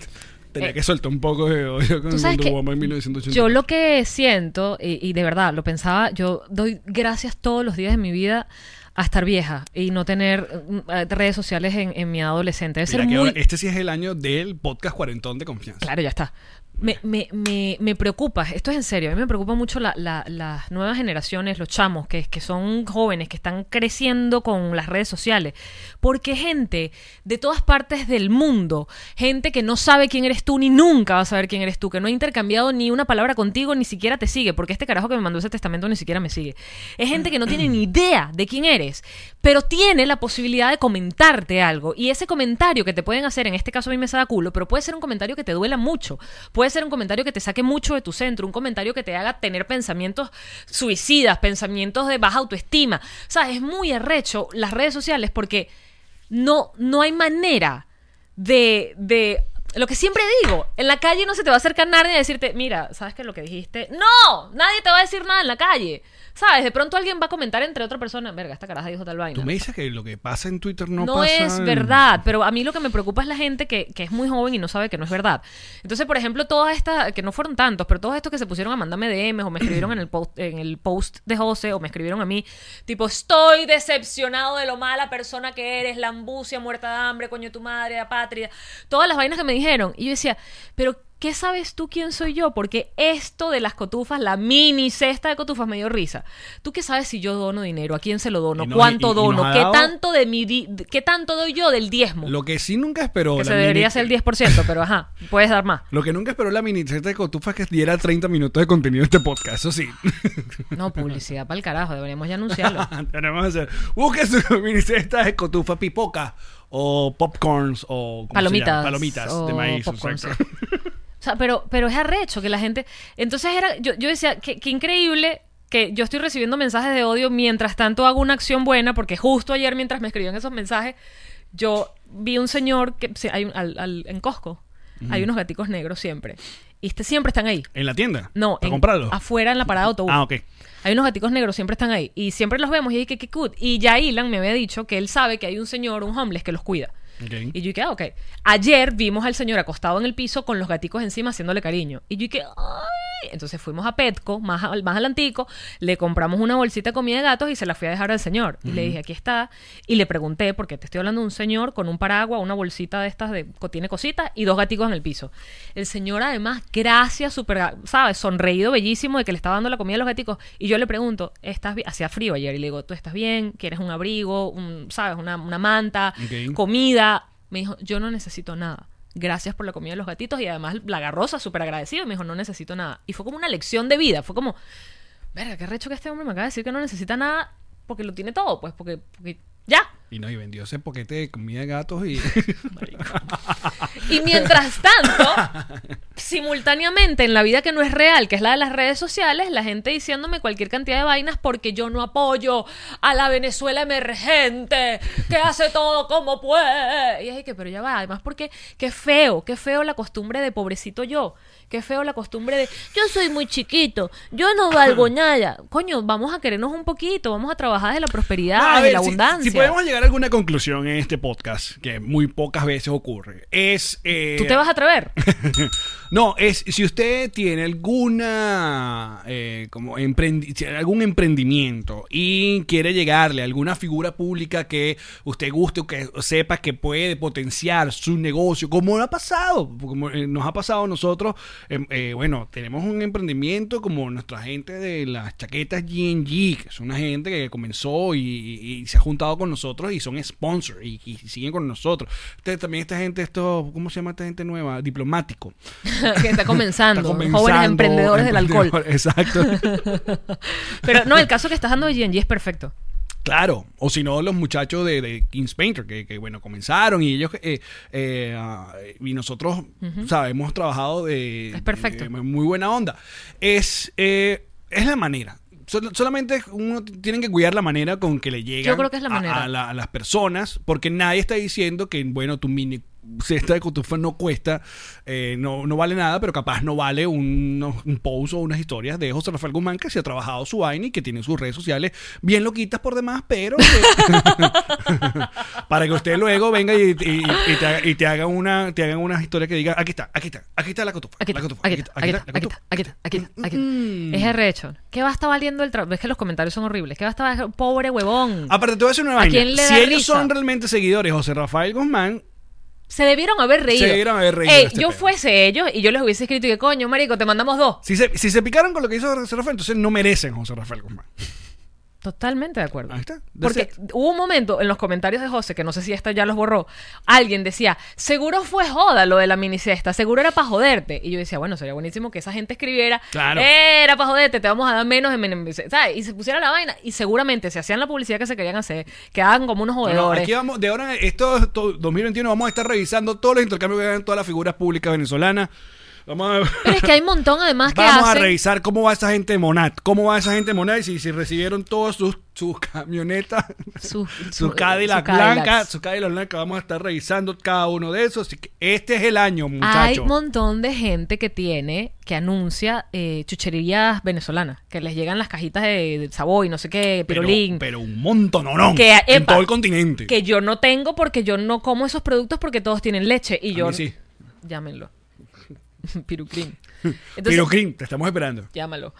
Speaker 2: Tenía
Speaker 3: Eh,
Speaker 2: que soltar un poco de odio con
Speaker 3: Tú sabes
Speaker 2: Wonder
Speaker 3: que
Speaker 2: Woman 1984.
Speaker 3: yo lo que siento, y, y de verdad lo pensaba, yo doy gracias todos los días de mi vida a estar vieja y no tener mm, eh, redes sociales en, en mi adolescente. Debe ser
Speaker 2: Mira que ahora-
Speaker 3: muy...
Speaker 2: Este sí es el año del podcast cuarentón de confianza.
Speaker 3: Claro, ya está. Me, me, me, me preocupa, esto es en serio, a mí me preocupa mucho la- la- las nuevas generaciones, los chamos, que, que son jóvenes, que están creciendo con las redes sociales. Porque gente de todas partes del mundo, gente que no sabe quién eres tú ni nunca va a saber quién eres tú, que no ha intercambiado ni una palabra contigo, ni siquiera te sigue, porque este carajo que me mandó ese testamento ni siquiera me sigue. Es gente que no tiene ni idea de quién eres, pero tiene la posibilidad de comentarte algo. Y ese comentario que te pueden hacer, en este caso a mí me da culo, pero puede ser un comentario que te duela mucho, puede ser un comentario que te saque mucho de tu centro, un comentario que te haga tener pensamientos suicidas, pensamientos de baja autoestima. O sea, es muy arrecho las redes sociales porque no, no hay manera de, de- Lo que siempre digo, en la calle no se te va a acercar nadie a decirte, mira, ¿sabes qué es lo que dijiste? ¡No! Nadie te va a decir nada en la calle. ¿Sabes? De pronto alguien va a comentar entre otra persona, verga, esta caraja dijo tal vaina.
Speaker 2: Tú me dices que lo que pasa en Twitter no,
Speaker 3: No,
Speaker 2: pasa
Speaker 3: es
Speaker 2: en-
Speaker 3: verdad, pero a mí lo que me preocupa es la gente que, que es muy joven y no sabe que no es verdad. Entonces, por ejemplo, todas estas, que no fueron tantos, pero todos estos que se pusieron a mandarme DMs o me escribieron en el post, en el post de José o me escribieron a mí, tipo, estoy decepcionado de lo mala persona que eres, lambucia, muerta de hambre, coño tu madre, apátrida, todas las vainas que me dijeron. Y yo decía, pero... ¿Qué sabes tú quién soy yo? Porque esto de las cotufas, la mini cesta de cotufas me dio risa. ¿Tú qué sabes si yo dono dinero? ¿A quién se lo dono?
Speaker 2: Y nos- y-
Speaker 3: ¿Cuánto
Speaker 2: y nos
Speaker 3: dono?
Speaker 2: ha
Speaker 3: ¿Qué
Speaker 2: dado-
Speaker 3: tanto? tanto de mi di- qué tanto doy yo del diezmo?
Speaker 2: Lo que sí nunca esperó.
Speaker 3: que
Speaker 2: la
Speaker 3: se debería
Speaker 2: mini-
Speaker 3: ser el 10%, pero ajá, puedes dar más.
Speaker 2: Lo que nunca esperó la miniceta de Cotufa es que diera 30 minutos de contenido este podcast, eso sí.
Speaker 3: No, publicidad para el carajo, deberíamos ya anunciarlo.
Speaker 2: Tenemos que hacer. Busque su miniceta de Cotufa pipoca o popcorns o. ¿cómo se
Speaker 3: Palomitas
Speaker 2: llama? Palomitas de
Speaker 3: o
Speaker 2: maíz.
Speaker 3: popcorns,
Speaker 2: exacto.
Speaker 3: O sea, pero, pero es arrecho que la gente. Entonces era, yo, yo decía, qué, qué increíble que yo estoy recibiendo mensajes de odio mientras tanto hago una acción buena, porque justo ayer mientras me escribían esos mensajes, yo vi un señor que sí, hay un- al- al- en Costco hay unos gaticos negros siempre. Y este, siempre están ahí.
Speaker 2: ¿En la tienda?
Speaker 3: No,
Speaker 2: ¿Para
Speaker 3: en-
Speaker 2: comprarlo?
Speaker 3: afuera en la parada de autobús.
Speaker 2: Ah, ok.
Speaker 3: Hay unos gaticos negros, siempre están ahí. Y siempre los vemos y dije, que qué cute. Y ya Ilan me había dicho que él sabe que hay un señor, un homeless, que los cuida.
Speaker 2: Ok.
Speaker 3: Y yo dije, ah, ok. Ayer vimos al señor acostado en el piso con los gaticos encima haciéndole cariño. Y yo dije, ay. Entonces fuimos a Petco, más, al- más adelantico, le compramos una bolsita de comida de gatos y se la fui a dejar al señor. Y le dije, aquí está. Y le pregunté, porque te estoy hablando de un señor con un paraguas, una bolsita de estas de co- tiene cositas y dos gaticos en el piso. El señor además, gracias, súper, ¿sabes? Sonreído, bellísimo de que le estaba dando la comida a los gaticos. Y yo le pregunto, ¿estás bien? Hacía frío ayer y le digo, ¿tú estás bien? ¿Quieres un abrigo? Un, ¿Sabes? Una, una manta,
Speaker 2: Ok.
Speaker 3: comida. Me dijo, yo no necesito nada. Gracias por la comida de los gatitos. Y además la garrosa, súper agradecido. Me dijo, no necesito nada. Y fue como una lección de vida. Fue como, verga, qué recho que este hombre me acaba de decir que no necesita nada porque lo tiene todo, pues, porque, porque ya.
Speaker 2: Y no, y vendió ese paquete de comida de gatos y.
Speaker 3: Y mientras tanto, simultáneamente en la vida que no es real, que es la de las redes sociales, la gente diciéndome cualquier cantidad de vainas porque yo no apoyo a la Venezuela emergente, que hace todo como puede. Y es que, pero ya va, además porque qué feo, qué feo la costumbre de pobrecito yo, qué feo la costumbre de yo soy muy chiquito, yo no valgo nada. Coño, vamos a querernos un poquito, vamos a trabajar de la prosperidad,
Speaker 2: Ah, a
Speaker 3: de
Speaker 2: ver,
Speaker 3: la
Speaker 2: si-
Speaker 3: abundancia.
Speaker 2: Si, podemos llegar a alguna conclusión en este podcast, que muy pocas veces ocurre, es es. eh,
Speaker 3: ¿Tú te vas a atrever?
Speaker 2: No, es si usted tiene alguna eh, como emprendi- si- algún emprendimiento y quiere llegarle a alguna figura pública que usted guste o que sepa que puede potenciar su negocio, como lo ha pasado, como eh, nos ha pasado a nosotros, em, eh, bueno, tenemos un emprendimiento como nuestra gente de las chaquetas GNG, que es una gente que comenzó y, y- y se ha juntado con nosotros y son sponsor y, y siguen con nosotros. Este- también esta gente, esto, ¿cómo se llama esta gente nueva? Diplomático.
Speaker 3: que está comenzando,
Speaker 2: Está
Speaker 3: jóvenes
Speaker 2: comenzando,
Speaker 3: emprendedores del alcohol.
Speaker 2: emprendedor, Exacto.
Speaker 3: Pero no, el caso que estás dando de G&G es perfecto.
Speaker 2: claro. O si no, los muchachos de, de King's Painter, que, que, bueno, comenzaron y ellos, eh, eh, ah, y nosotros, sabemos, hemos trabajado de...
Speaker 3: Es perfecto.
Speaker 2: de muy buena onda. Es, eh, es la manera. Sol- solamente uno t- tienen que cuidar la manera con que le llegan
Speaker 3: Yo creo que es la
Speaker 2: a-
Speaker 3: manera.
Speaker 2: A, la- a las personas, porque nadie está diciendo que, bueno, tu mini cesta de cotufa no cuesta, eh, no, no vale nada, pero capaz no vale un, un post o unas historias de José Rafael Guzmán que se ha trabajado su vaina y que tiene sus redes sociales bien loquitas por demás, pero que- para que usted luego venga y, y- y te, haga- y te haga una te hagan una historia que diga, aquí está, aquí está, aquí está la cotufa,
Speaker 3: Aquí
Speaker 2: la
Speaker 3: está,
Speaker 2: cotufa,
Speaker 3: aquí está, aquí está,
Speaker 2: la
Speaker 3: aquí
Speaker 2: cotufa".
Speaker 3: está, aquí está, aquí está, aquí
Speaker 2: Mm.
Speaker 3: está. Es arrecho. ¿Qué va a estar valiendo el trabajo? Es que los comentarios son horribles. ¿Qué va a estar valiendo? Pobre huevón.
Speaker 2: Aparte, te voy a decir una
Speaker 3: ¿A
Speaker 2: vaina.
Speaker 3: quién le
Speaker 2: si
Speaker 3: da
Speaker 2: ellos
Speaker 3: risa?
Speaker 2: son realmente seguidores, José Rafael Guzmán,
Speaker 3: Se debieron haber reído.
Speaker 2: Se debieron haber reído
Speaker 3: Ey,
Speaker 2: de este
Speaker 3: yo
Speaker 2: pedo.
Speaker 3: fuese ellos y yo les hubiese escrito que coño, marico, te mandamos dos.
Speaker 2: si se, si se picaron con lo que hizo José Rafael, entonces no merecen José Rafael Guzmán.
Speaker 3: Totalmente de acuerdo.
Speaker 2: Ahí está. That's
Speaker 3: Porque
Speaker 2: it.
Speaker 3: hubo un momento en los comentarios de José, que no sé si esta ya los borró, alguien decía, seguro fue joda lo de la minicesta, seguro era para joderte. Y yo decía, bueno, sería buenísimo que esa gente escribiera,
Speaker 2: Claro.
Speaker 3: "Eh, era para joderte, te vamos a dar menos en minicesta", ¿sabes? Y se pusiera la vaina y seguramente se hacían la publicidad que se querían hacer, quedaban como unos
Speaker 2: No, no,
Speaker 3: jodedores.
Speaker 2: aquí vamos, de ahora, esto es to- 2021, vamos a estar revisando todos los intercambios que hagan todas las figuras públicas venezolanas. Vamos a,
Speaker 3: Pero es que hay un montón además que
Speaker 2: vamos a
Speaker 3: hacen-
Speaker 2: revisar cómo va esa gente de Monat, cómo va esa gente de Monat y si, si recibieron todas sus, sus camionetas,
Speaker 3: Su- su-
Speaker 2: sus Cadillac
Speaker 3: su Cadillacs.
Speaker 2: blancas, sus Cadillac blancas, vamos a estar revisando cada uno de esos. Así que este es el año,
Speaker 3: Hay
Speaker 2: muchachos.
Speaker 3: un montón de gente que tiene, que anuncia eh, chucherías venezolanas, que les llegan las cajitas de, de Savoy, no sé qué,
Speaker 2: Pero,
Speaker 3: pirulín.
Speaker 2: pero un montononón
Speaker 3: Que,
Speaker 2: en
Speaker 3: epa,
Speaker 2: todo el continente.
Speaker 3: que yo no tengo porque yo no como esos productos porque todos tienen leche y
Speaker 2: A
Speaker 3: yo
Speaker 2: mí sí.
Speaker 3: llámenlo pirucrim
Speaker 2: Pero Crin, te estamos esperando.
Speaker 3: llámalo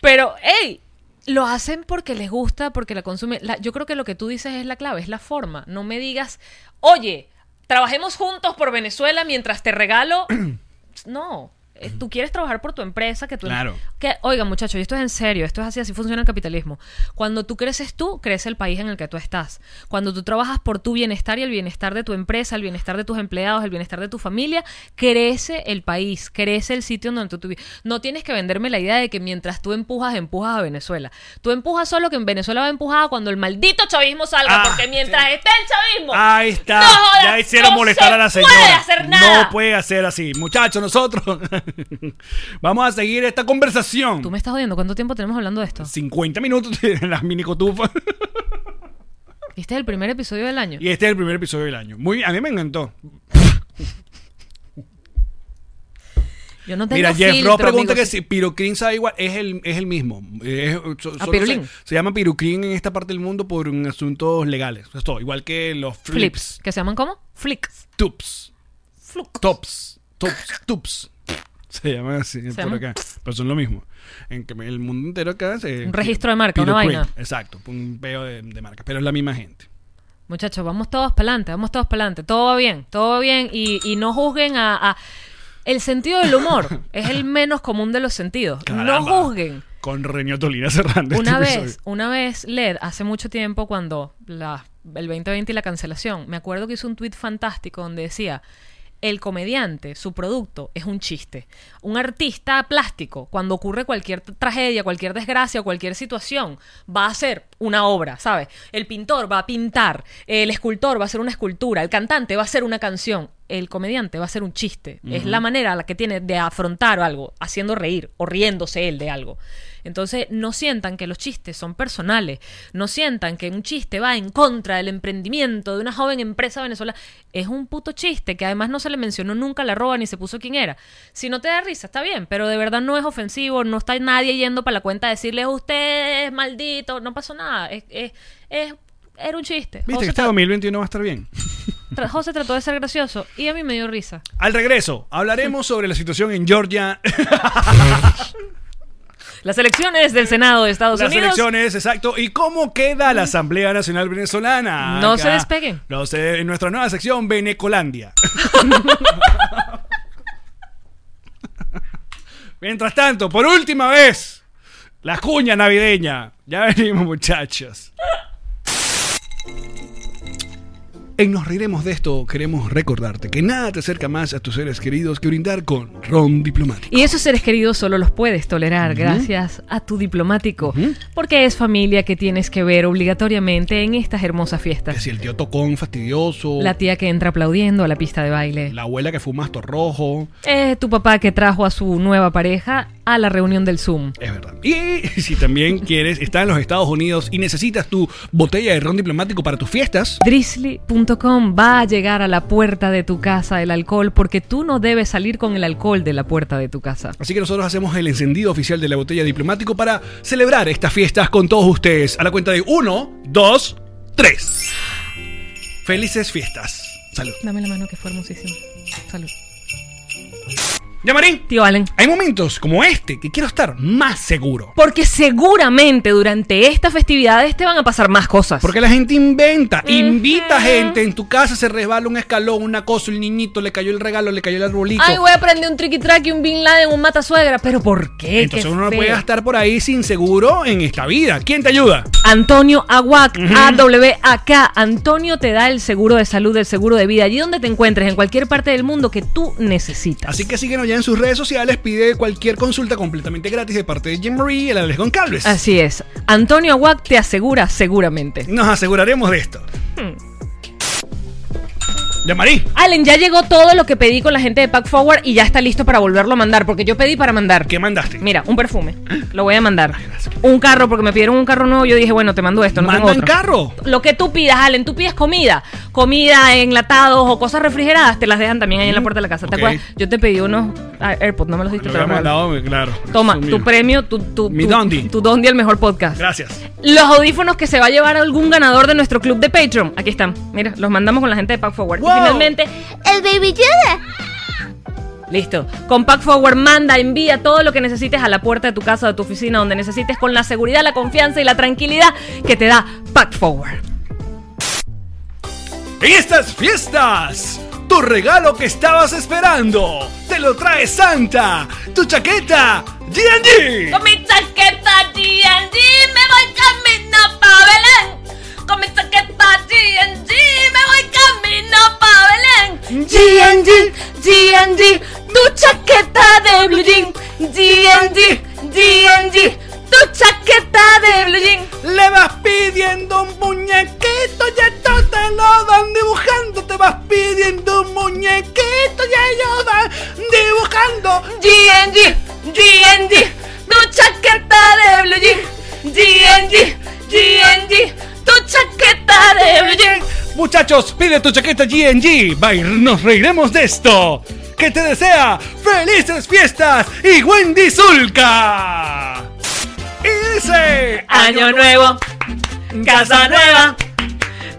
Speaker 3: pero hey lo hacen porque les gusta porque la consumen La- yo creo que lo que tú dices es la clave es la forma no me digas oye trabajemos juntos por Venezuela mientras te regalo no eh, Tú quieres trabajar por tu empresa, que tú...
Speaker 2: Claro.
Speaker 3: Que, oiga, muchachos, y esto es en serio, esto es así, así funciona el capitalismo. Cuando tú creces tú, crece el país en el que tú estás. Cuando tú trabajas por tu bienestar y el bienestar de tu empresa, el bienestar de tus empleados, el bienestar de tu familia, crece el país, crece el sitio en donde tú vives. No tienes que venderme la idea de que mientras tú empujas, empujas a Venezuela. Tú empujas solo que en Venezuela va empujada cuando el maldito chavismo
Speaker 2: Ah,
Speaker 3: salga, porque mientras esté el chavismo...
Speaker 2: Ahí está.
Speaker 3: no jodas,
Speaker 2: ya hicieron
Speaker 3: no
Speaker 2: molestar
Speaker 3: se
Speaker 2: a la
Speaker 3: puede
Speaker 2: señora.
Speaker 3: hacer nada.
Speaker 2: No puede hacer así. Muchachos, nosotros vamos a seguir esta conversación.
Speaker 3: Tú me estás jodiendo, ¿cuánto tiempo tenemos hablando de esto?
Speaker 2: 50 minutos en las mini cotufas.
Speaker 3: Este es el primer episodio del año.
Speaker 2: y este es el primer episodio del año. Muy, a mí me encantó.
Speaker 3: Yo no tengo
Speaker 2: Mira, Jeff
Speaker 3: filtro,
Speaker 2: Ross pregunta
Speaker 3: amigos.
Speaker 2: que si Pirocrin sabe igual. Es el, es el mismo. Eh, es- so- solo
Speaker 3: Pirulín.
Speaker 2: Se, se llama Pirocrin en esta parte del mundo por un asuntos legales. Eso es todo. Igual que los
Speaker 3: Flips.
Speaker 2: flips.
Speaker 3: ¿Que se llaman cómo? Flicks.
Speaker 2: Tups.
Speaker 3: Flux.
Speaker 2: Tops. Tops. Tups. Se llaman así por
Speaker 3: llaman
Speaker 2: acá. Pero son lo mismo. En que el mundo entero acá se.
Speaker 3: Un registro de marca, una
Speaker 2: Pirocrin.
Speaker 3: vaina.
Speaker 2: Exacto. Un peo de, de marca. Pero es la misma gente.
Speaker 3: Muchachos, vamos todos para adelante, vamos todos para adelante. Todo va bien, todo va bien. Y, y no juzguen a, a- El sentido del humor es el menos común de los sentidos. No
Speaker 2: Caramba.
Speaker 3: juzguen.
Speaker 2: Con Reñotolina cerrando. este
Speaker 3: Una vez,
Speaker 2: episodio.
Speaker 3: una vez, Led, hace mucho tiempo, cuando la, el 2020 y la cancelación, me acuerdo que hizo un tuit fantástico donde decía, el comediante, su producto es un chiste. Un artista plástico, cuando ocurre cualquier t- tragedia, cualquier desgracia o cualquier situación, va a hacer una obra, ¿sabes? El pintor va a pintar, el escultor va a hacer una escultura, el cantante va a hacer una canción. El comediante va a hacer un chiste. Es la manera la que tiene de afrontar algo, haciendo reír o riéndose él de algo. Entonces, no sientan que los chistes son personales, no sientan que un chiste va en contra del emprendimiento de una joven empresa venezolana. Es un puto chiste que además no se le mencionó nunca la roba ni se puso quién era. Si no te da risa, está bien, pero de verdad no es ofensivo, no está nadie yendo para la cuenta a decirles ustedes, maldito, no pasó nada. Es, es, es- era un chiste.
Speaker 2: Viste
Speaker 3: José
Speaker 2: que este
Speaker 3: Tra-
Speaker 2: 2021 va a estar bien.
Speaker 3: Tra- José trató de ser gracioso y a mí me dio risa.
Speaker 2: Al regreso, hablaremos sobre la situación en Georgia.
Speaker 3: Las elecciones del Senado de Estados
Speaker 2: Las
Speaker 3: Unidos.
Speaker 2: elecciones, exacto. ¿Y cómo queda la Asamblea Nacional Venezolana?
Speaker 3: No
Speaker 2: Acá,
Speaker 3: se despeguen.
Speaker 2: no sé, en nuestra nueva sección, Venecolandia. Mientras tanto, por última vez, la cuña navideña. Ya venimos, muchachos. En Nos Riremos de Esto queremos recordarte que nada te acerca más a tus seres queridos que brindar con Ron Diplomático.
Speaker 3: Y esos seres queridos solo los puedes tolerar gracias a tu diplomático, porque es familia que tienes que ver obligatoriamente en estas hermosas
Speaker 2: Que
Speaker 3: fiestas.
Speaker 2: si el tío tocón fastidioso,
Speaker 3: La tía que entra aplaudiendo a la pista de baile.
Speaker 2: la abuela que fuma astor rojo,
Speaker 3: Eh, tu papá que trajo a su nueva pareja a la reunión del Zoom.
Speaker 2: Es verdad. Y si también quieres, está en los Estados Unidos y necesitas tu botella de ron diplomático para tus fiestas.
Speaker 3: Drizzly.com va a llegar a la puerta de tu casa el alcohol porque tú no debes salir con el alcohol de la puerta de tu casa.
Speaker 2: Así que nosotros hacemos el encendido oficial de la botella diplomático para celebrar estas fiestas con todos ustedes. A la cuenta de 1, 2, 3. Felices fiestas. Salud.
Speaker 3: Dame la mano que fue hermosísimo. Salud.
Speaker 2: Yamarín,
Speaker 3: Tío Allen.
Speaker 2: hay momentos como este que quiero estar más seguro.
Speaker 3: Porque seguramente durante estas festividades te van a pasar más cosas.
Speaker 2: Porque la gente inventa, invita gente, en tu casa se resbala un escalón, una cosa, el niñito, le cayó el regalo, le cayó el arbolito.
Speaker 3: Ay, voy a prender un tricky track un Bin Laden, un matasuegra. ¿Pero por qué?
Speaker 2: Entonces
Speaker 3: Qué
Speaker 2: uno no
Speaker 3: feo.
Speaker 2: puede gastar por ahí sin seguro en esta vida. ¿Quién te ayuda?
Speaker 3: Antonio Aguac, AWAK. Antonio te da el seguro de salud, el seguro de vida, allí donde te encuentres, en cualquier parte del mundo que tú necesitas.
Speaker 2: Así que síguenos ya en sus redes sociales, pide cualquier consulta completamente gratis de parte de Jim Marie y el Alex Goncalves.
Speaker 3: Así es. Antonio Aguac te asegura seguramente.
Speaker 2: Nos aseguraremos de esto.
Speaker 3: Hmm.
Speaker 2: Ya Marie,
Speaker 3: Allen, ya llegó todo lo que pedí con la gente de Pack Forward y ya está listo para volverlo a mandar, porque yo pedí para mandar.
Speaker 2: ¿qué mandaste?
Speaker 3: Mira, un perfume. Lo voy a mandar.
Speaker 2: gracias.
Speaker 3: Un carro, porque me pidieron un carro nuevo. Yo dije, bueno, te mando esto. No tengo
Speaker 2: Manda en
Speaker 3: otro.
Speaker 2: carro.
Speaker 3: Lo que tú pidas, Allen, tú pides comida, comida, enlatados o cosas refrigeradas, te las dejan también ahí en la puerta de la casa. ¿Te
Speaker 2: Ok.
Speaker 3: acuerdas? Yo te pedí unos ah, AirPods, no me los diste.
Speaker 2: Lo
Speaker 3: te los
Speaker 2: habíamos
Speaker 3: regalo.
Speaker 2: hablado, claro.
Speaker 3: Toma,
Speaker 2: Eso,
Speaker 3: tu
Speaker 2: mira.
Speaker 3: premio, tu, tu,
Speaker 2: Mi
Speaker 3: tu-
Speaker 2: Dondi.
Speaker 3: tu Dondi, el mejor podcast.
Speaker 2: Gracias.
Speaker 3: Los audífonos que se va a llevar algún ganador de nuestro club de Patreon. Aquí están. Mira, los mandamos con la gente de Pack Forward.
Speaker 2: ¡Wow!
Speaker 3: Y finalmente, el Baby Yoda. Listo. Con Pack Forward manda, envía todo lo que necesites a la puerta de tu casa o de tu oficina, donde necesites, con la seguridad, la confianza y la tranquilidad que te da Pack Forward.
Speaker 2: En estas fiestas, tu regalo que estabas esperando, te lo trae Santa, tu chaqueta, GNG.
Speaker 4: Con mi chaqueta D&D me voy camino pa' Belén. Con mi chaqueta D&D me voy camino pa' Belén. D&D, D&D, tu chaqueta de blue jean. D&D, D&D, tu chaqueta de blue jean.
Speaker 2: Le vas pidiendo un muñequito y esto te lo van dibujando. Te vas pidiendo un muñequito y ellos van dibujando.
Speaker 4: D&D, D&D, tu chaqueta de blue jean. D&D, D&D, tu chaqueta de blue jean.
Speaker 2: Muchachos, pide tu chaqueta GNG. Bye, nos reiremos de esto. Que te desea felices fiestas y Wendy Zulka. Y dice...
Speaker 4: Año nuevo, casa nueva,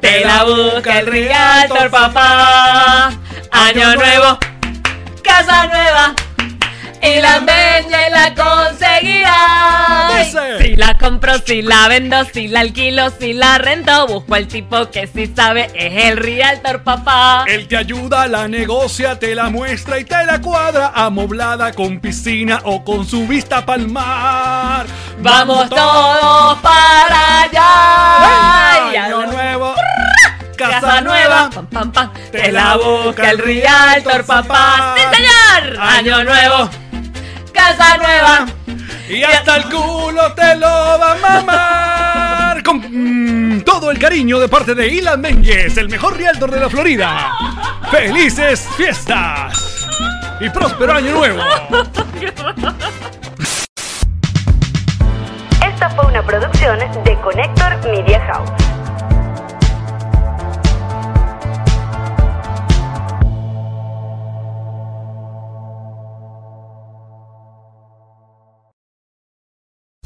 Speaker 4: te la busca el realtor papá. Año nuevo, casa nueva, y la bella y la conseguirá.
Speaker 2: Dice.
Speaker 4: Si la compro, si la vendo, si la alquilo, si la rento, busco al tipo que sí sabe, es el realtor papá.
Speaker 2: Él te ayuda, la negocia, te la muestra y te la cuadra, amoblada con piscina o con su vista pa'l mar.
Speaker 4: Vamos todos para allá.
Speaker 2: Ay,
Speaker 4: Y a
Speaker 2: año
Speaker 4: la
Speaker 2: nuevo,
Speaker 4: Casa nueva, pam, pam, pam, te la busca el Realtor, papá. ¡Sí, señor! Año nuevo, casa nueva,
Speaker 2: y hasta el culo te lo va a mamar. Con mm, todo el cariño de parte de Ilan Menges, el mejor realtor de la Florida. Felices fiestas y próspero año nuevo.
Speaker 1: Esta fue una producción de Connector Media House.